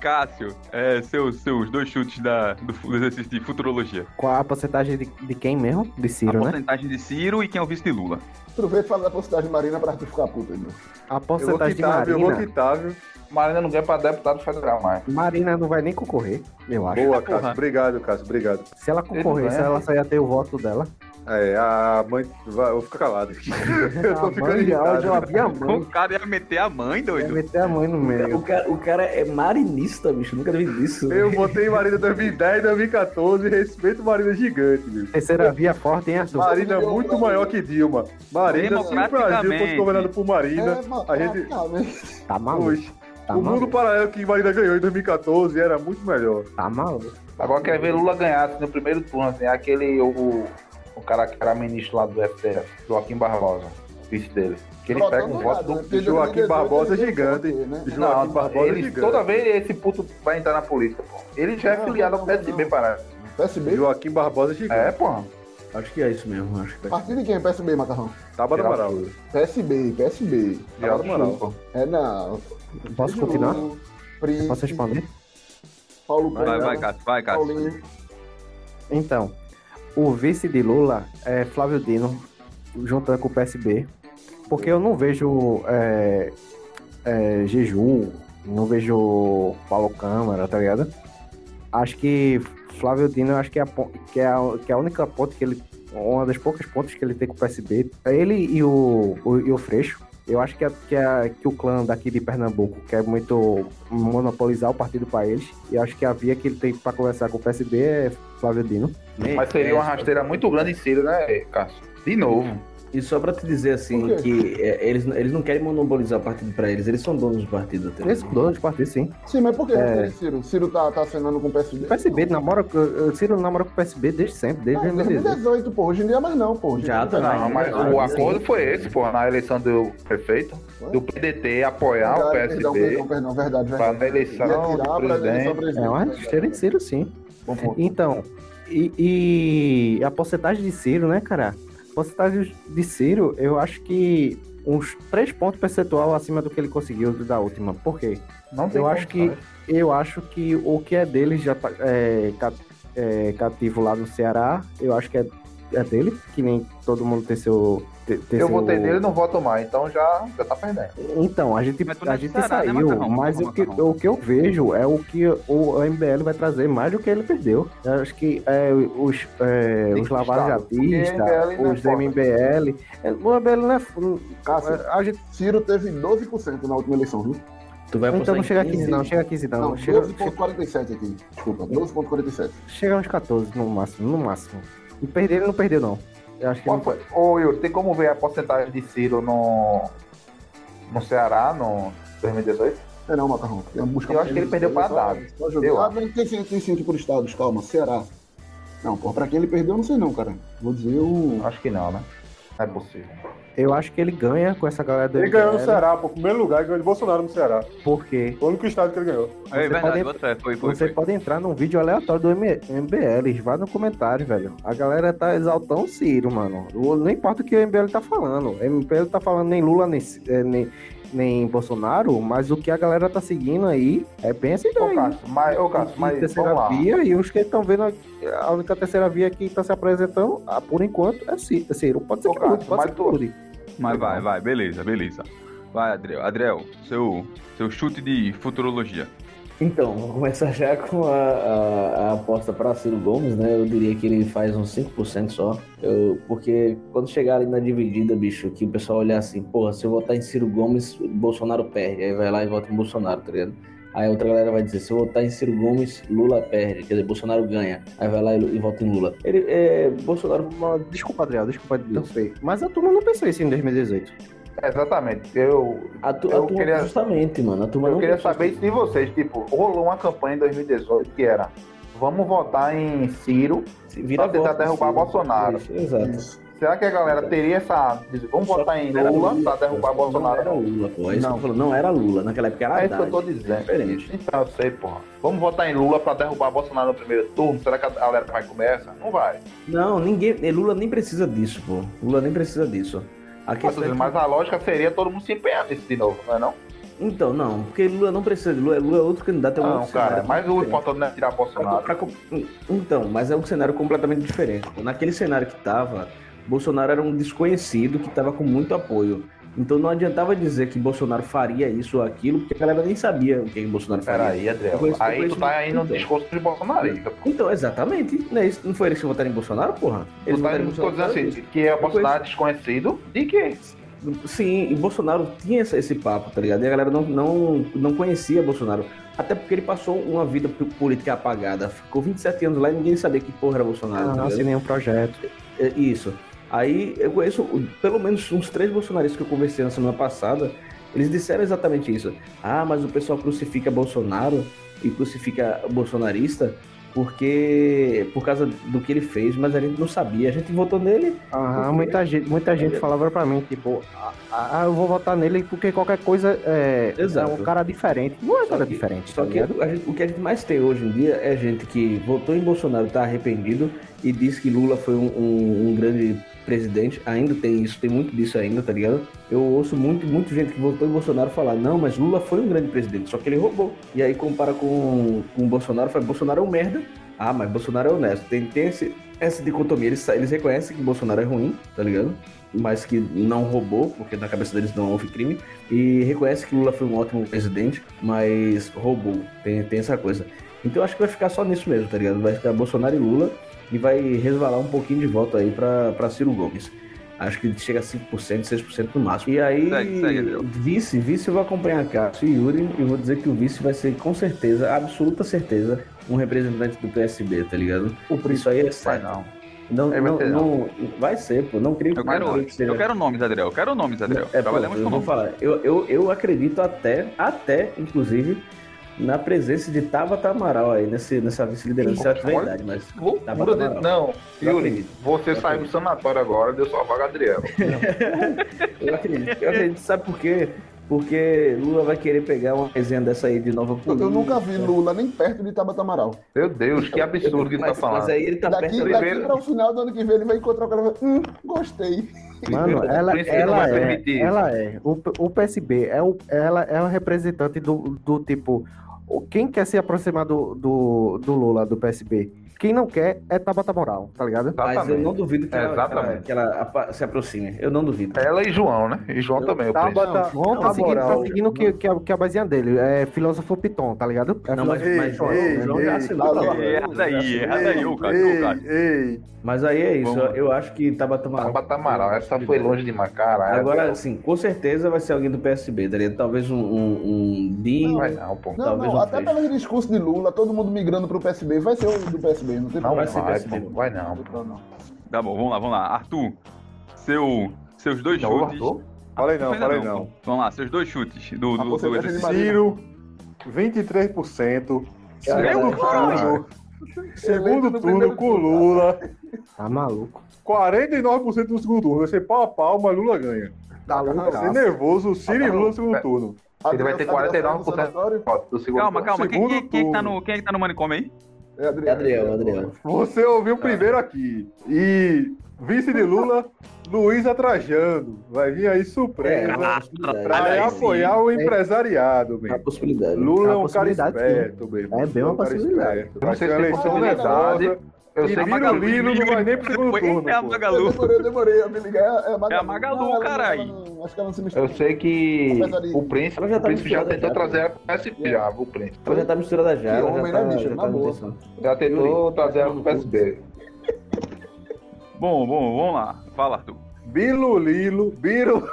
Cássio, é, seus, seus dois chutes da, do, do exercício de futurologia. Qual a porcentagem de, de quem mesmo? De a Ciro, né? porcentagem de Ciro e quem é o vice de Lula. Aproveita e fala da porcentagem de Marina pra tu ficar puto, irmão. A Eu vou porcentagem tá de quitar, viu? eu vou Marina. quitar, viu? Marina não ganha pra deputado federal mais. Marina não vai nem concorrer, eu acho. Boa, porra. Cássio. Obrigado, Cássio. Obrigado. Se ela concorresse, ganha. ela só ia ter o voto dela. É, a mãe. Vai, eu vou ficar calado. eu tô A ficando mãe de áudio, ela irritado. via a O mãe. cara ia meter a mãe, Ia doido. meter a mãe no meio. O cara, o cara é marinista, bicho. Nunca vi disso. Eu votei em Marina em 2010 e 2014 e respeito Marina gigante, meu. Terceira via forte, hein, Arthur? Marina é muito maior que Dilma. Marina, se o Brasil fosse Democraticamente. governado por Marina, mano, a gente- tá, né? Tá maluco, Poxa, tá o mundo maluco, paralelo que Marina ganhou em 2014 era muito melhor. tá maluco. Agora quer ver Lula ganhar assim, no primeiro turno, assim, aquele o, o cara que era ministro lá do STF, Joaquim Barbosa, o vice dele. Que ele pega um Brotando voto nada, do né? Porque Joaquim 2018 Barbosa ele é gigante, tem poder, né? Joaquim Não, Barbosa ele- gigante. toda vez esse puto vai entrar na política, pô. Ele já é Não, filiado ao não, PSB, não. parece. PSB? Joaquim Barbosa é gigante. Tipo, É, pô. Acho que é isso mesmo. Acho que é. Partido de quem? PSB, Macarrão? Taba da Amaral. PSB, PSB. Geraldo Amaral. É não. Posso continuar? Príncipe, Posso responder? Paulo Vai, Câmara, vai, Cássio, vai, Cássio. Paulinho. Então, o vice de Lula é Flávio Dino, juntando com o PSB, porque eu não vejo é, é, Jeju, não vejo Paulo Câmara, tá ligado? Acho que Flávio Dino, eu acho que é, a, pon- que, é a, que é a única ponta que ele. Uma das poucas pontas que ele tem com o PSB. É ele e o, o- e o Freixo. Eu acho que, a- que, a- que o clã daqui de Pernambuco quer muito monopolizar o partido para eles. E acho que a via que ele tem para conversar com o PSB é Flávio Dino. Mas seria uma rasteira muito grande em Ciro, né, Cássio? De novo. E só pra te dizer assim, Por que é, eles, eles não querem monopolizar o partido pra eles, eles são donos do partido. Até Esse dono de partido, sim. Sim, mas por que não É. tem Ciro? Ciro tá, tá acenando com o PSB? O PSB namora. com- O Ciro namora com o PSB desde sempre, desde Ah, é 2018. 2018, pô. Hoje em dia é mais não, é pô. Hoje em Já dia- tá, Não, mas o Ah, acordo foi esse, pô, na eleição do prefeito, do PDT apoiar o Verdade, Perdão, PSB perdão, perdão, verdade, pra verdade. na eleição Ia do tirar pra eleição presidente. presidente. É uma verdade. rasteira de Ciro, sim. Bom ponto. Então, e, e a porcentagem de Ciro, né, cara? A porcentagem de Ciro, eu acho que uns 3 pontos percentual acima do que ele conseguiu da última. Por quê? Não tem né? Eu acho que- condições. Eu acho que o que é dele já tá é, ca- é, cativo lá no Ceará, eu acho que é, é dele, que nem todo mundo tem seu. Tem, tem Eu seu- votei nele e não voto mais, então já, já tá perdendo. Então, a gente, Mas tu não é a de gente Ceará, né, saiu, Macarrão? mas Porra, o que, Macarrão. o que eu vejo é o que o MBL vai trazer mais do que ele perdeu. Eu acho que é, os, é, Tem os que estar, porque MBL lavajadistas, não é os foda. MBL. O MBL não é. não- Cássio, A gente Ciro teve 12% na última eleição, viu? Tu vai apostar então não em chega a 15, 15? não, chega a 15, não. Não, Então, chega, 12,47 aqui. Desculpa, 12,47. chega uns 14 no máximo, no máximo. E perder, ele não perdeu, não. Eu acho que Qual não, foi? Ô, Yuri, tem como ver a porcentagem de Ciro no, no Ceará, no 2018? É não, Macarrão. Eu, Eu acho que ele perdeu pra Haddad. Só Eu jogar. Ah, mas tem cinco, tem cinco por estados, calma. Ceará. Não, porra, pra quem ele perdeu, eu não sei não, cara. Vou dizer o... Acho que não, né? Não é possível. eu acho que ele ganha com essa galera do Ele MBL. ganhou no Ceará, pô. Primeiro lugar, ele ganhou de Bolsonaro no Ceará. Porque O único estado que ele ganhou. É verdade, pode- bota fé, foi, foi, Você foi. pode entrar num vídeo aleatório do M- MBL, vai no comentário, velho. A galera tá exaltando o Ciro, mano. O- Não importa o que o MBL tá falando. O MBL tá falando nem Lula, nem, Ci- eh, nem, nem Bolsonaro, mas o que a galera tá seguindo aí é bem essa Ô, ideia. Cássio, mas, ô, Cássio, E mas terceira vamos lá. via e os que estão vendo aqui, a única terceira via que tá se apresentando, ah, por enquanto, é Ci- é Ciro. Pode ser Ô, que Cássio, mude, pode mas ser que tu- mude. Tá Mas vai, vai, beleza, beleza. Vai, Adriel. Adriel, seu, seu chute de futurologia. Então, vou começar já com a, a- a aposta para Ciro Gomes, né? Eu diria que ele faz uns 5% só. Eu- porque quando chegar ali na dividida, bicho, que o pessoal olhar assim, porra, se eu votar em Ciro Gomes, Bolsonaro perde. Aí vai lá e vota em Bolsonaro, tá ligado? Aí outra galera vai dizer, se eu votar em Ciro Gomes, Lula perde. Quer dizer, Bolsonaro ganha. Aí vai lá e, e vota em Lula. Ele, é, Bolsonaro Desculpa, Adriel, desculpa, não sei. Mas a turma não pensou isso em 2018. É, Exatamente. Eu, A, tu, a Eu turma- queria- é um justamente, mano. A turma eu não queria gosta saber de vocês. Tipo, rolou uma campanha em 2018 que era vamos votar em Ciro. Se vira pra tentar voto, derrubar assim, Bolsonaro. isso, Exato. Será que a galera teria essa... Vamos Então. Só votar em que não era Lula pra derrubar não Era Bolsonaro? Lula, pô. É isso Não. que eu tô falando, não era Lula. Naquela época era É isso que eu tô Haddad. dizendo. Diferente. Então, eu sei, porra. Vamos votar em Lula pra derrubar Bolsonaro no primeiro turno? Será que a galera vai começar? Não vai. Não, ninguém. eh, Lula nem precisa disso, pô. Lula nem precisa disso. A Mas, questão é que- mas a lógica seria todo mundo se empenhar nisso de novo, não é não? Então, não, porque Lula não precisa de Lula, Lula é outro candidato, é um Não, outro cara, cenário mas o diferente. importante não é tirar Bolsonaro. Pra- pra- então, mas é um cenário completamente diferente. Naquele cenário que tava, Bolsonaro era um desconhecido que tava com muito apoio. Então não adiantava dizer que Bolsonaro faria isso ou aquilo, porque a galera nem sabia o que, que Bolsonaro faria. Peraí, Adriel. Eu conheço- eu Aí tu conheço tá muito, aí tá no então. discurso de bolsonarista. pô. Então, exatamente. Não, é isso- não foi eles que votaram em Bolsonaro, porra? Eles Tu tá votaram em indo tô dizendo Bolsonaro. por assim, que é Bolsonaro desconhecido de quê? isso. Sim, e Bolsonaro tinha essa- esse papo, tá ligado? E a galera não, não, não conhecia Bolsonaro. Até porque ele passou uma vida p- política apagada. Ficou 27 anos lá e ninguém sabia que porra era Bolsonaro. tá não ligado? assinei nenhum projeto. É, isso. Aí eu conheço o- pelo menos uns três bolsonaristas que eu conversei na semana passada. Eles disseram exatamente isso. Ah, mas o pessoal crucifica Bolsonaro e crucifica bolsonarista porque por causa do que ele fez, mas a gente não sabia. A gente votou nele. Aham, Ah, muita gente, muita gente falava pra mim, tipo, ah, ah, eu vou votar nele porque qualquer coisa é, Exato. é um cara diferente. Não é Só cara que- diferente. Só tá que ligado? a gente- o que a gente mais tem hoje em dia é gente que votou em Bolsonaro, tá arrependido e diz que Lula foi um, um- um grande presidente. Ainda tem isso, tem muito disso ainda, tá ligado? Eu ouço muito, muito gente que votou em Bolsonaro falar, não, mas Lula foi um grande presidente, só que ele roubou. E aí compara com, com Bolsonaro, fala, Bolsonaro é um merda. Ah, mas Bolsonaro é honesto. Tem, tem esse, essa dicotomia, eles, sa- eles reconhecem que Bolsonaro é ruim, tá ligado? Mas que não roubou, porque na cabeça deles não houve crime e reconhece que Lula foi um ótimo presidente, mas roubou. Tem, tem essa coisa. Então eu acho que vai ficar só nisso mesmo, tá ligado? Vai ficar Bolsonaro e Lula e vai resvalar um pouquinho de voto aí pra, pra Ciro Gomes. Acho que chega a 5%, 6% no máximo. E aí, Segue, segue, Adriano. vice, vice eu vou acompanhar Cássio e Yuri e vou dizer que o vice vai ser com certeza, absoluta certeza, um representante do PSB, tá ligado? O príncipe. Isso aí é Vai certo. não. Não, Aí vai não, ter, não- vai ser, pô. Não creio Eu não quero, creio que seja- eu quero nomes, Adriel. Eu quero nomes, Adriel. é, Trabalhamos pronto, com eu vou nomes. falar. Eu, eu, eu acredito até, até, inclusive, na presença de Tabata Amaral aí nesse, nessa vice-liderança. Se ela tiver Olha. idade, mas. Tá bom, Loucura tá bom. de... Não, Eu Yuri, acredito. você Eu saiu do acredito. sanatório agora, deu sua vaga, Adriel. Eu acredito. Eu acredito. Sabe por quê? Porque Lula vai querer pegar uma resenha dessa aí de Nova Eu, Polícia. eu nunca vi Lula nem perto de Tabata Amaral. Meu Deus, que absurdo que tu tá Mas, mas falando. aí ele tá Daqui, perto daqui primeiro- para o final do ano que vem ele vai encontrar o cara e vai, hum, gostei. Mano, ela, príncipe não ela vai é, permitir. ela é. O, P- o PSB é o, ela é o representante do, do tipo. o- Quem quer se aproximar do, do, do Lula, do PSB? Quem não quer é Tabata Moral, tá ligado? Mas eu não Exatamente. duvido que ela, que ela, Exatamente. que ela apa- se aproxime. Eu não duvido. Ela e João, né? E João Eu- também, o príncipe. Tabata, João tá na seguindo, tá moral, seguindo que, que, a, que a basezinha dele. É filósofo Piton, tá ligado? É Não, mas, filósofo- Ei, mas João, ei, João já ei, assinou. alô. tá lá. Errada aí, errada aí, ô cara. ô, ei, cara. ei, Mas aí é isso. Vamos. Eu acho que Tabata Amaral. Tabata Amaral, essa foi longe demais, cara. Agora, assim, com certeza vai ser alguém do PSB, tá ligado? Talvez um, um, um Dinho. Não vai não, pô. Não, Talvez um não, não até seja. pelo discurso de Lula, todo mundo migrando pro PSB, vai ser o do PSB, não tem Não problema. vai, ser PSB. pô. Vai não. Não, não. Tá bom, vamos lá, vamos lá. Arthur, seu, seus dois Já chutes. voltou? Falei não, Ainda falei não. Vamos lá, seus dois chutes do, A do, do porcentagem de exercício. Ciro, 23%. Cara, Segundo cara. turno, segundo Eleito no turno primeiro com Lula, Tá maluco. 49% no segundo turno. Vai ser pau a pau, mas Lula ganha. Tá Vai ser nervoso, Tá Ciro e Lula no é. segundo turno. Ele vai ter 49% sanatório. Ó, do segundo Calma, turno. calma. Quem, quem, Segundo quem é que tá turno. no, quem é que tá no manicômio aí? É É Adriano. Adriano, Adriano. Você É. ouviu primeiro aqui. E vice de Lula, Luiz Atrajano. Vai vir aí É, surpresa. a possibilidade. olha aí, Pra apoiar o empresariado, É a meu. possibilidade. Lula é um cara possibilidade, sim. esperto, meu. irmão. É bem uma um cara possibilidade. esperto. Eu não Vai sei ser uma se tem eleição possibilidade. nervosa. Eu E sei vira o livro, não vai nem pro segundo turno. É a pô. Eu Magalu. demorei, eu demorei a me ligar. É a Magalu, É a Magalu, Não, ela não- carai. ela não- Acho que ela não se mistura. Eu sei que Mas ali- o príncipe Ela já, já o tá príncipe já viciada tentou já, trazer a É. PSB já, o príncipe. Ela já tá misturada já. Que ela homem, já tá, né, bicho? já Na tá no boa. intenção. Já tentou Yuri, trazer tá a no PSB. Bom, bom, vamos lá. Fala, Arthur. Bilulilo, Birulilo.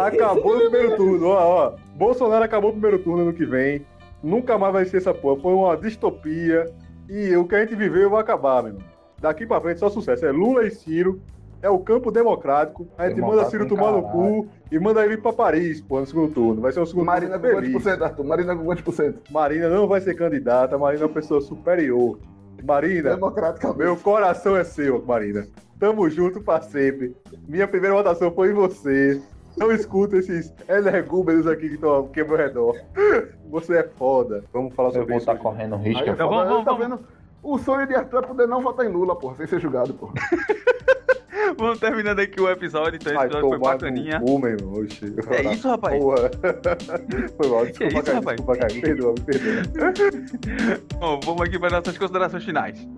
acabou o primeiro turno, ó, ó. Bolsonaro acabou o primeiro turno ano que vem. Nunca mais vai ser essa porra. Foi uma distopia. E o que a gente viveu vai acabar, meu irmão. Daqui pra frente só sucesso. É Lula e Ciro. É o campo democrático. A gente manda Democrata Ciro do tomar no caralho. cu e manda ele pra Paris, pô, no segundo turno. Vai ser um segundo Marina com turno quantos feliz. por cento, Arthur? Marina com quantos por cento? Marina não vai ser candidata. Marina é uma pessoa superior. Marina, Democrática. meu coração é seu, Marina. Tamo junto pra sempre. Minha primeira votação foi em você. Não escuta esses energúmenos aqui que estão aqui ao meu redor. Você é foda. Vamos falar Eu sobre vou isso. estar correndo risco. Aí é Então foda, vamos, tá vamos, vendo? O sonho de Arthur é poder não votar em Lula, porra, sem ser julgado, porra. Vamos terminando aqui o episódio, então esse Vai episódio foi tomar no bacaninha. cu, meu irmão. Oxi. É isso, rapaz. Porra. Foi mal, Que É isso, desculpa, cara. rapaz? Desculpa, cara. Perdoa, me perdoa. Bom, vamos aqui para nossas considerações finais.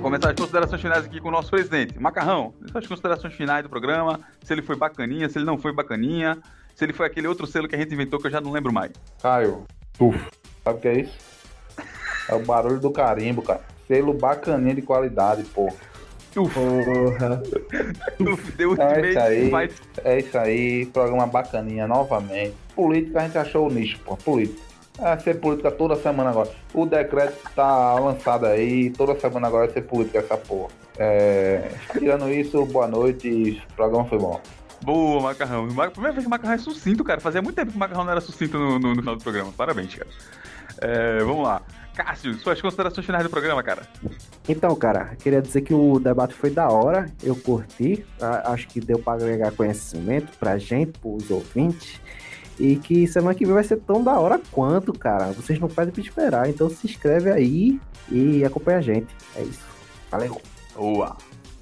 Começar as considerações finais aqui com o nosso presidente. Macarrão, as considerações finais do programa, se ele foi bacaninha, se ele não foi bacaninha, se ele foi aquele outro selo que a gente inventou que eu já não lembro mais. Caio, tuf. Sabe o que é isso? É o barulho do carimbo, cara. Selo bacaninha de qualidade, pô. Porra. Deu É isso aí. ultimate, É isso aí, programa bacaninha novamente. Política a gente achou o nicho, pô, política. Vai ser política toda semana agora. O decreto tá lançado aí, toda semana agora vai ser política essa porra. É, tirando isso, boa noite, o programa foi bom. Boa, Macarrão. Ma- Primeira vez que o Macarrão é sucinto, cara. Fazia muito tempo que o Macarrão não era sucinto no, no- no final do programa. Parabéns, cara. É, vamos lá. Cássio, suas considerações finais do programa, cara. Então, cara, queria dizer que o debate foi da hora, eu curti, a- acho que deu pra agregar conhecimento pra gente, pros ouvintes, e que semana que vem vai ser tão da hora quanto, cara. Vocês não pedem pra esperar, então se inscreve aí e acompanha a gente. É isso. Valeu. Boa.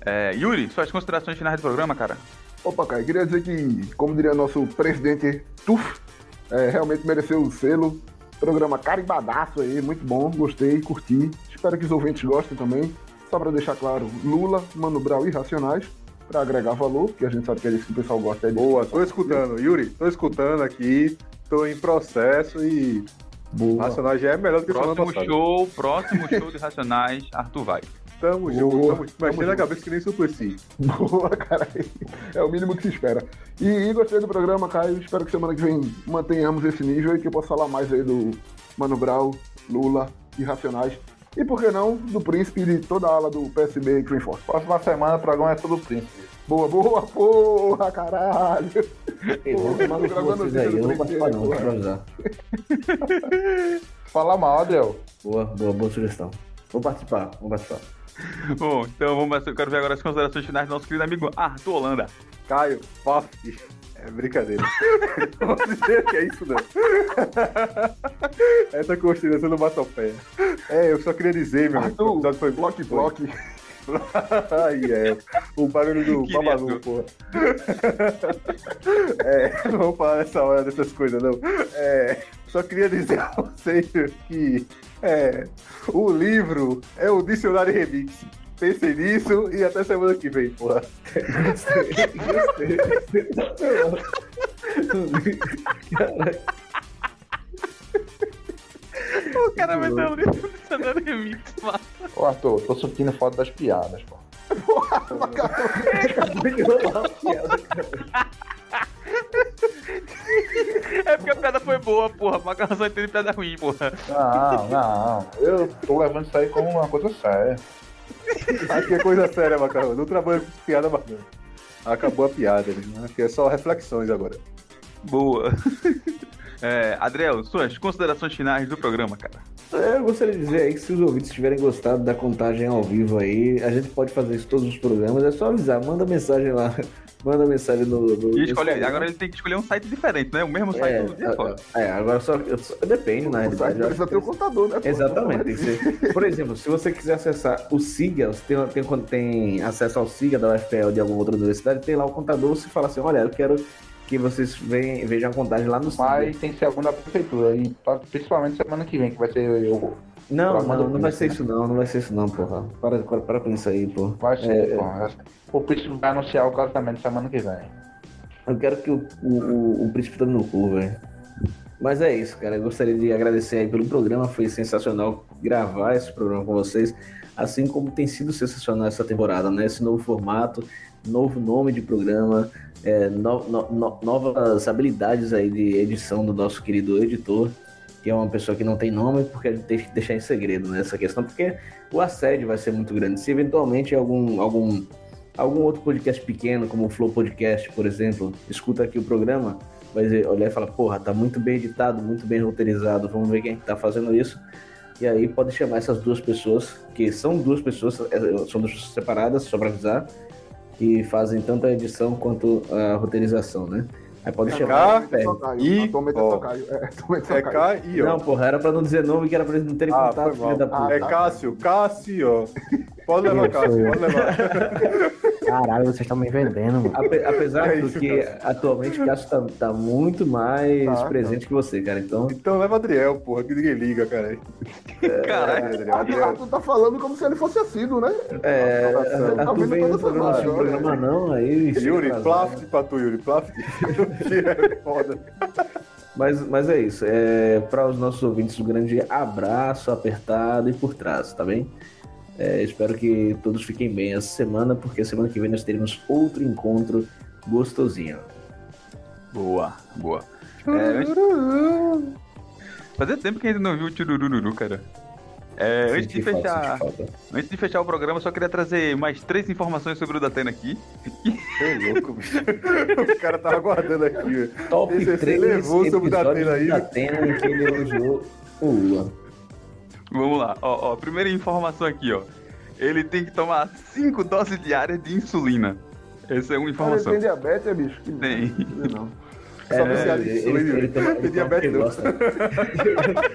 É, Yuri, suas considerações finais do programa, cara. Opa, cara, queria dizer que, como diria nosso presidente Tuf, é, realmente mereceu o selo. Programa carimbadaço aí, muito bom, gostei, curti. Espero que os ouvintes gostem também. Só pra deixar claro, Lula, Mano Brown e Racionais, pra agregar valor, porque a gente sabe que é isso que o pessoal gosta. É disso. Boa, tô escutando, Yuri. Tô escutando aqui. Tô em processo e Boa. Nacional já é melhor do que semana Próximo passada. show, próximo show de Racionais, Arthur vai. Tamo junto, tamo junto. Mexendo a cabeça que nem suplici. Boa, cara. É o mínimo que se espera. E, e gostei do programa, Caio. Espero que semana que vem mantenhamos esse nível e que eu possa falar mais aí do Mano Brown, Lula e Racionais. E por que não, do Príncipe e de toda a ala do PSB e Green Force. Próxima semana o programa é sobre o príncipe. Boa, boa, porra, caralho. Eu vou tomar no cu vocês aí, eu não vou participar não, vou avisar. Fala mal, Adriel. Boa, boa, boa sugestão. Vou participar, vou participar. Bom, então vamos, eu quero ver agora as considerações finais do nosso querido amigo Arthur Holanda. Caio, paf. É brincadeira. Não vou dizer que é isso, não. Essa consideração não bate ao pé. É, eu só queria dizer, meu amigo. que O Arthur, episódio foi bloco e bloco. Ai, é. O barulho do Queria, Babalu, viu? porra. É, não vamos falar nessa hora dessas coisas, não. É, só queria dizer a vocês que é, o livro é o Dicionário Remix. Pensem nisso e até semana que vem, porra. O cara vai dar um dicionário remix, mano. Ô Arthur, tô sentindo foto das piadas, pô. É porque a piada foi boa, porra. Macarrão só entende piada ruim, porra. Não, não. Eu tô levando isso aí como uma coisa séria. Aqui é coisa séria, Macarrão. Não trabalho com piada, mas não. Acabou a piada, né? Aqui é só reflexões agora. Boa. É, Adriel, suas considerações finais do programa, cara. É, Eu gostaria de dizer aí que se os ouvintes tiverem gostado da contagem ao vivo aí, a gente pode fazer isso em todos os programas, é só avisar, manda mensagem lá. Manda mensagem no. no- no E escolhe, Instagram. agora ele tem que escolher um site diferente, né? O mesmo site É, todo dia fora. é, é, agora só, eu só- Depende, na O site realidade. eu acho precisa ter o que- contador, né? pô? Exatamente, tem que ser. Por exemplo, se você quiser acessar o SIGA, você tem, tem, quando tem acesso ao SIGA da UFPE ou de alguma outra universidade, tem lá o contador, você fala assim, olha, eu quero que vocês vejam, vejam a contagem lá no SIGA. Mas tem que ser algum da prefeitura, e pra- principalmente semana que vem, que vai ser eu. Não, Programa não, do não vai né? Príncipe, ser isso não, não vai ser isso não, porra. Para, para, para com isso aí, porra. Vai ser, É. pô. O príncipe vai anunciar o casamento semana que vem. Eu quero que o, o, o, o príncipe tome no cu, velho. Mas é isso, cara. Eu gostaria de agradecer aí pelo programa. Foi sensacional gravar esse programa com vocês. Assim como tem sido sensacional essa temporada, né? Esse novo formato, novo nome de programa, é, no- no- no- novas habilidades aí de edição do nosso querido editor, que é uma pessoa que não tem nome, porque a gente tem que deixar em segredo nessa questão, porque o assédio vai ser muito grande. Se eventualmente algum, algum algum outro podcast pequeno, como o Flow Podcast, por exemplo, escuta aqui o programa, vai dizer- olhar e falar, porra, tá muito bem editado, muito bem roteirizado, vamos ver quem tá fazendo isso. E aí pode chamar essas duas pessoas, que são duas pessoas, eh, são duas pessoas separadas, só pra avisar, que fazem tanto a edição quanto a roteirização, né? Aí pode É chegar. K, e perde. I, Atualmente é ó. Tocaio. É, atualmente é É Tocaio. K e Não, O. porra, era pra não dizer nome que era pra eles não terem Ah, contato, foi mal. filho da puta. É tá. Cássio, Cássio. Pode levar, Eu sou Cássio, eu. pode levar. Caralho, vocês estão me vendendo, mano. Ape- apesar É do isso, que atualmente o Cássio tá, tá muito mais Tá, presente que você, cara. Então, Então leva Adriel, porra, que ninguém liga, cara. é, Caralho. Adriel, Arthur, Adriel. Arthur tá falando como se ele fosse assíduo, né? é, Ele tá Arthur ouvindo vem no todas essas programa, horas, não né? programa não, aí... Yuri, chega atrasado. plaft pra tu, Yuri, plaft. é foda. Mas, mas é isso. É, para os nossos ouvintes, um grande abraço apertado e por trás, tá bem? É, espero que todos fiquem bem essa semana, porque semana que vem nós teremos outro encontro gostosinho. Boa, boa. É, antes- Fazia tempo que a gente não viu o Tchurururu, cara. É, antes Senti de falta, fechar. senti falta. Antes de fechar o programa, eu só queria trazer mais três informações sobre o Datena aqui. Tô louco, bicho. O cara tava aguardando aqui, velho. Top Esse- esse 3 levou sobre o episódios Datena aí. da Atena em que ele elogiou o Lula. Vamos lá, ó, ó, primeira informação aqui, ó. Ele tem que tomar cinco doses diárias de insulina. Essa é uma Cara, ele informação. tem diabetes, é bicho. Que Tem. Não, não. Só É, viciado em né? ele- insulina, É, ele- Yuri. ele toma- ele Tem toma diabetes, porque não. gosta.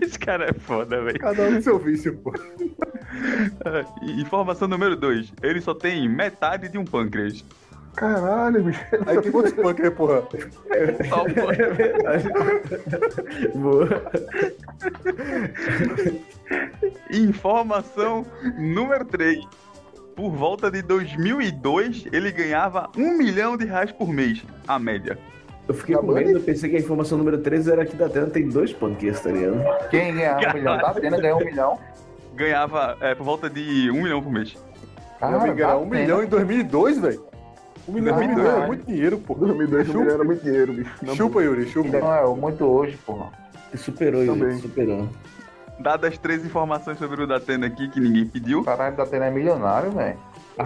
Esse cara é foda, velho. Cada um com seu vício, pô. E- Informação número dois. Ele só tem metade de um pâncreas. Caralho, bicho. Aí tem quantos punk aí, porra? Só o pâncreas. Boa. Informação número 3. Por volta de 2002, ele ganhava um milhão de reais por mês, a média. Eu fiquei Tá com bom, medo, hein? eu pensei que a informação número 13 era que da Atena tem dois panqueiros, tá ligado? Quem ganhar um milhão? Tá tendo ganhar um milhão. Ganhava é, por volta de um milhão por mês. Meu amigo, era Datena. um milhão em 2002, velho. Um milhão em 2002 Caralho. Um é muito dinheiro, pô. 2002 Chupa. não era muito dinheiro, bicho. Não, Chupa, Yuri, chupa. Então é o muito hoje, porra. Superou, Yuri, Também. superou. Dadas as três informações sobre o Datena aqui que ninguém pediu. Caralho, da Tena é milionário, né? velho.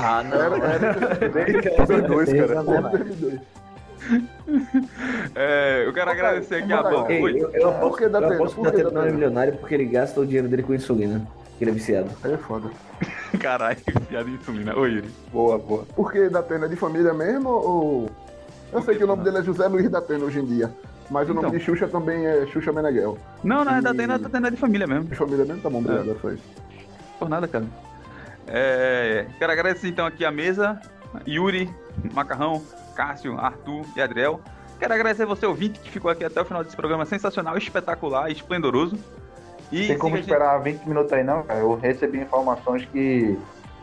Ah, não. Era, é Os era dois, cara. era 2002. É, eu quero Ô, cara, agradecer aqui a vamos lá, banca. Ei, Oi. eu, eu Por aposto, que da eu pena? aposto que Por o que Datena da não é pena? milionário porque ele gasta o dinheiro dele com insulina. que Ele é viciado. Aí é foda. Caralho, piada de insulina. Oi, Yuri. Boa, boa. Porque Datena é de família mesmo ou. Eu sei que o nome dele é José Luiz Datena hoje em dia. Mas o Então. nome de Xuxa também é Xuxa Meneghel. Não, não, é Datena, Datena é de família mesmo. De família mesmo? Tá É. bom, obrigado. Foi isso. Por nada, cara. É, quero agradecer então aqui a mesa, Yuri, Macarrão, Cássio, Arthur e Adriel. Quero agradecer você, ouvinte, que ficou aqui até o final desse programa sensacional, espetacular, esplendoroso. E Tem siga como a gente- esperar 20 minutos aí, não, velho. Eu recebi informações que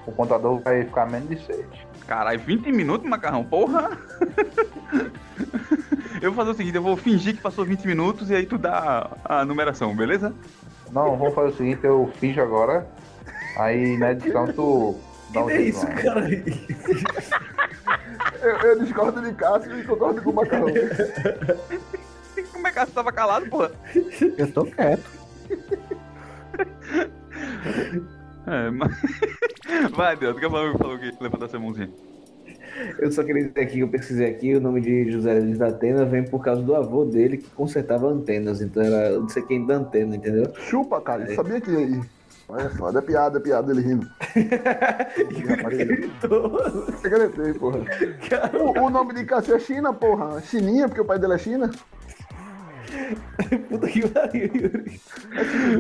o contador vai ficar menos de 6. Caralho, 20 minutos, Macarrão, porra! eu vou fazer o seguinte, eu vou fingir que passou 20 minutos e aí tu dá a, a numeração, beleza? Não, vamos fazer o seguinte, eu finjo agora. Aí na edição tu dá um é jeito isso, lá. cara? Eu, eu discordo de Cássio e concordo com o Macarrão. Como é que você tava calado, porra? Eu tô quieto. É, mas... Vai, Deus, quer falar falou que levantar essa mãozinha? Eu só queria dizer aqui que eu pesquisei aqui, o nome de José Luiz da Atena vem por causa do avô dele que consertava antenas. Então era não sei quem da antena, entendeu? Chupa, cara. Sabia que aí. Olha só, é piada, é piada, ele rindo. Eu gritei, é porra. O, o nome de Cássio é China, porra. Chininha, porque o pai dele é China. Puta que pariu, Yuri.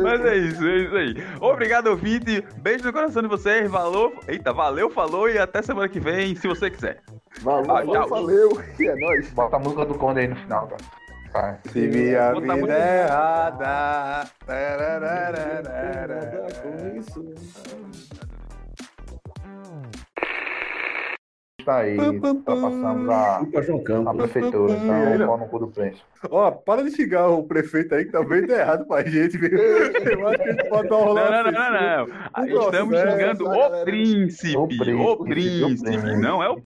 Mas é isso, é isso aí. Obrigado, ouvinte. Beijo no coração de vocês. Valeu. Eita, valeu, falou e até semana que vem, se você quiser. Valeu, Ah, tchau. valeu, valeu. E é nóis. Bota a música do Conde aí no final, cara. Tá, Vai. Se minha Botar muito- vida é errada. tararararara. Tá aí, ultrapassamos a, Chupa João a Campos. prefeitura, então pau no cu do príncipe. Ó, para de xingar o prefeito aí que tá vendo errado pra gente, viu? Eu acho que a gente pode dar um Não, rolê. não, não, não, não. Ah, Nossa, Estamos né, xingando essa o galera- príncipe. O príncipe, O o príncipe. príncipe. Não é o.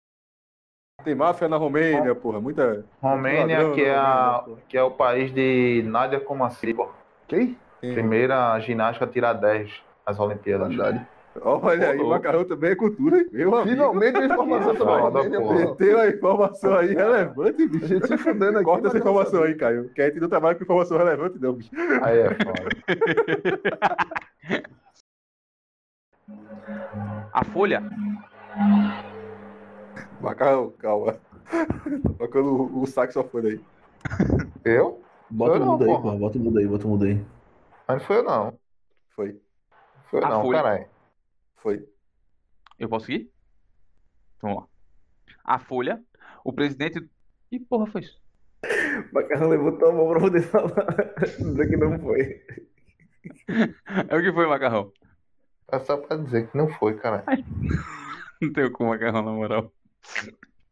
Tem máfia na Romênia, porra. Muita. Romênia, Ladrão, que é, a, ladrão, que é o país de Nadia Comaneci, pô. Quem? Primeira ginástica a tirar 10 nas Olimpíadas. Verdade. Olha aí, Ô, ô. macarrão também é cultura, hein? Meu amigo. Finalmente a informação sobre a Foda, Romênia, porra. porra. Meteu a informação aí relevante, A bicho. gente se fudendo aqui. Corta mas essa não informação aí, Caio. Que a gente não trabalha com informação relevante, não, bicho. Aí é foda. A folha. Macarrão, calma. Tô tocando o, o saxofone aí. Eu? Bota Eu o não, mundo aí, porra. porra. Bota o mundo aí, bota o mundo aí. Mas não foi eu não. Foi, Foi eu A não, Folha. caralho. foi. Eu posso ir? Vamos lá. A Folha, o presidente. Ih, porra foi isso? O macarrão levantou a mão pra poder falar. Dizer que não foi. É o que foi, Macarrão? É só pra dizer que não foi, caralho. Não tenho com Macarrão, na moral.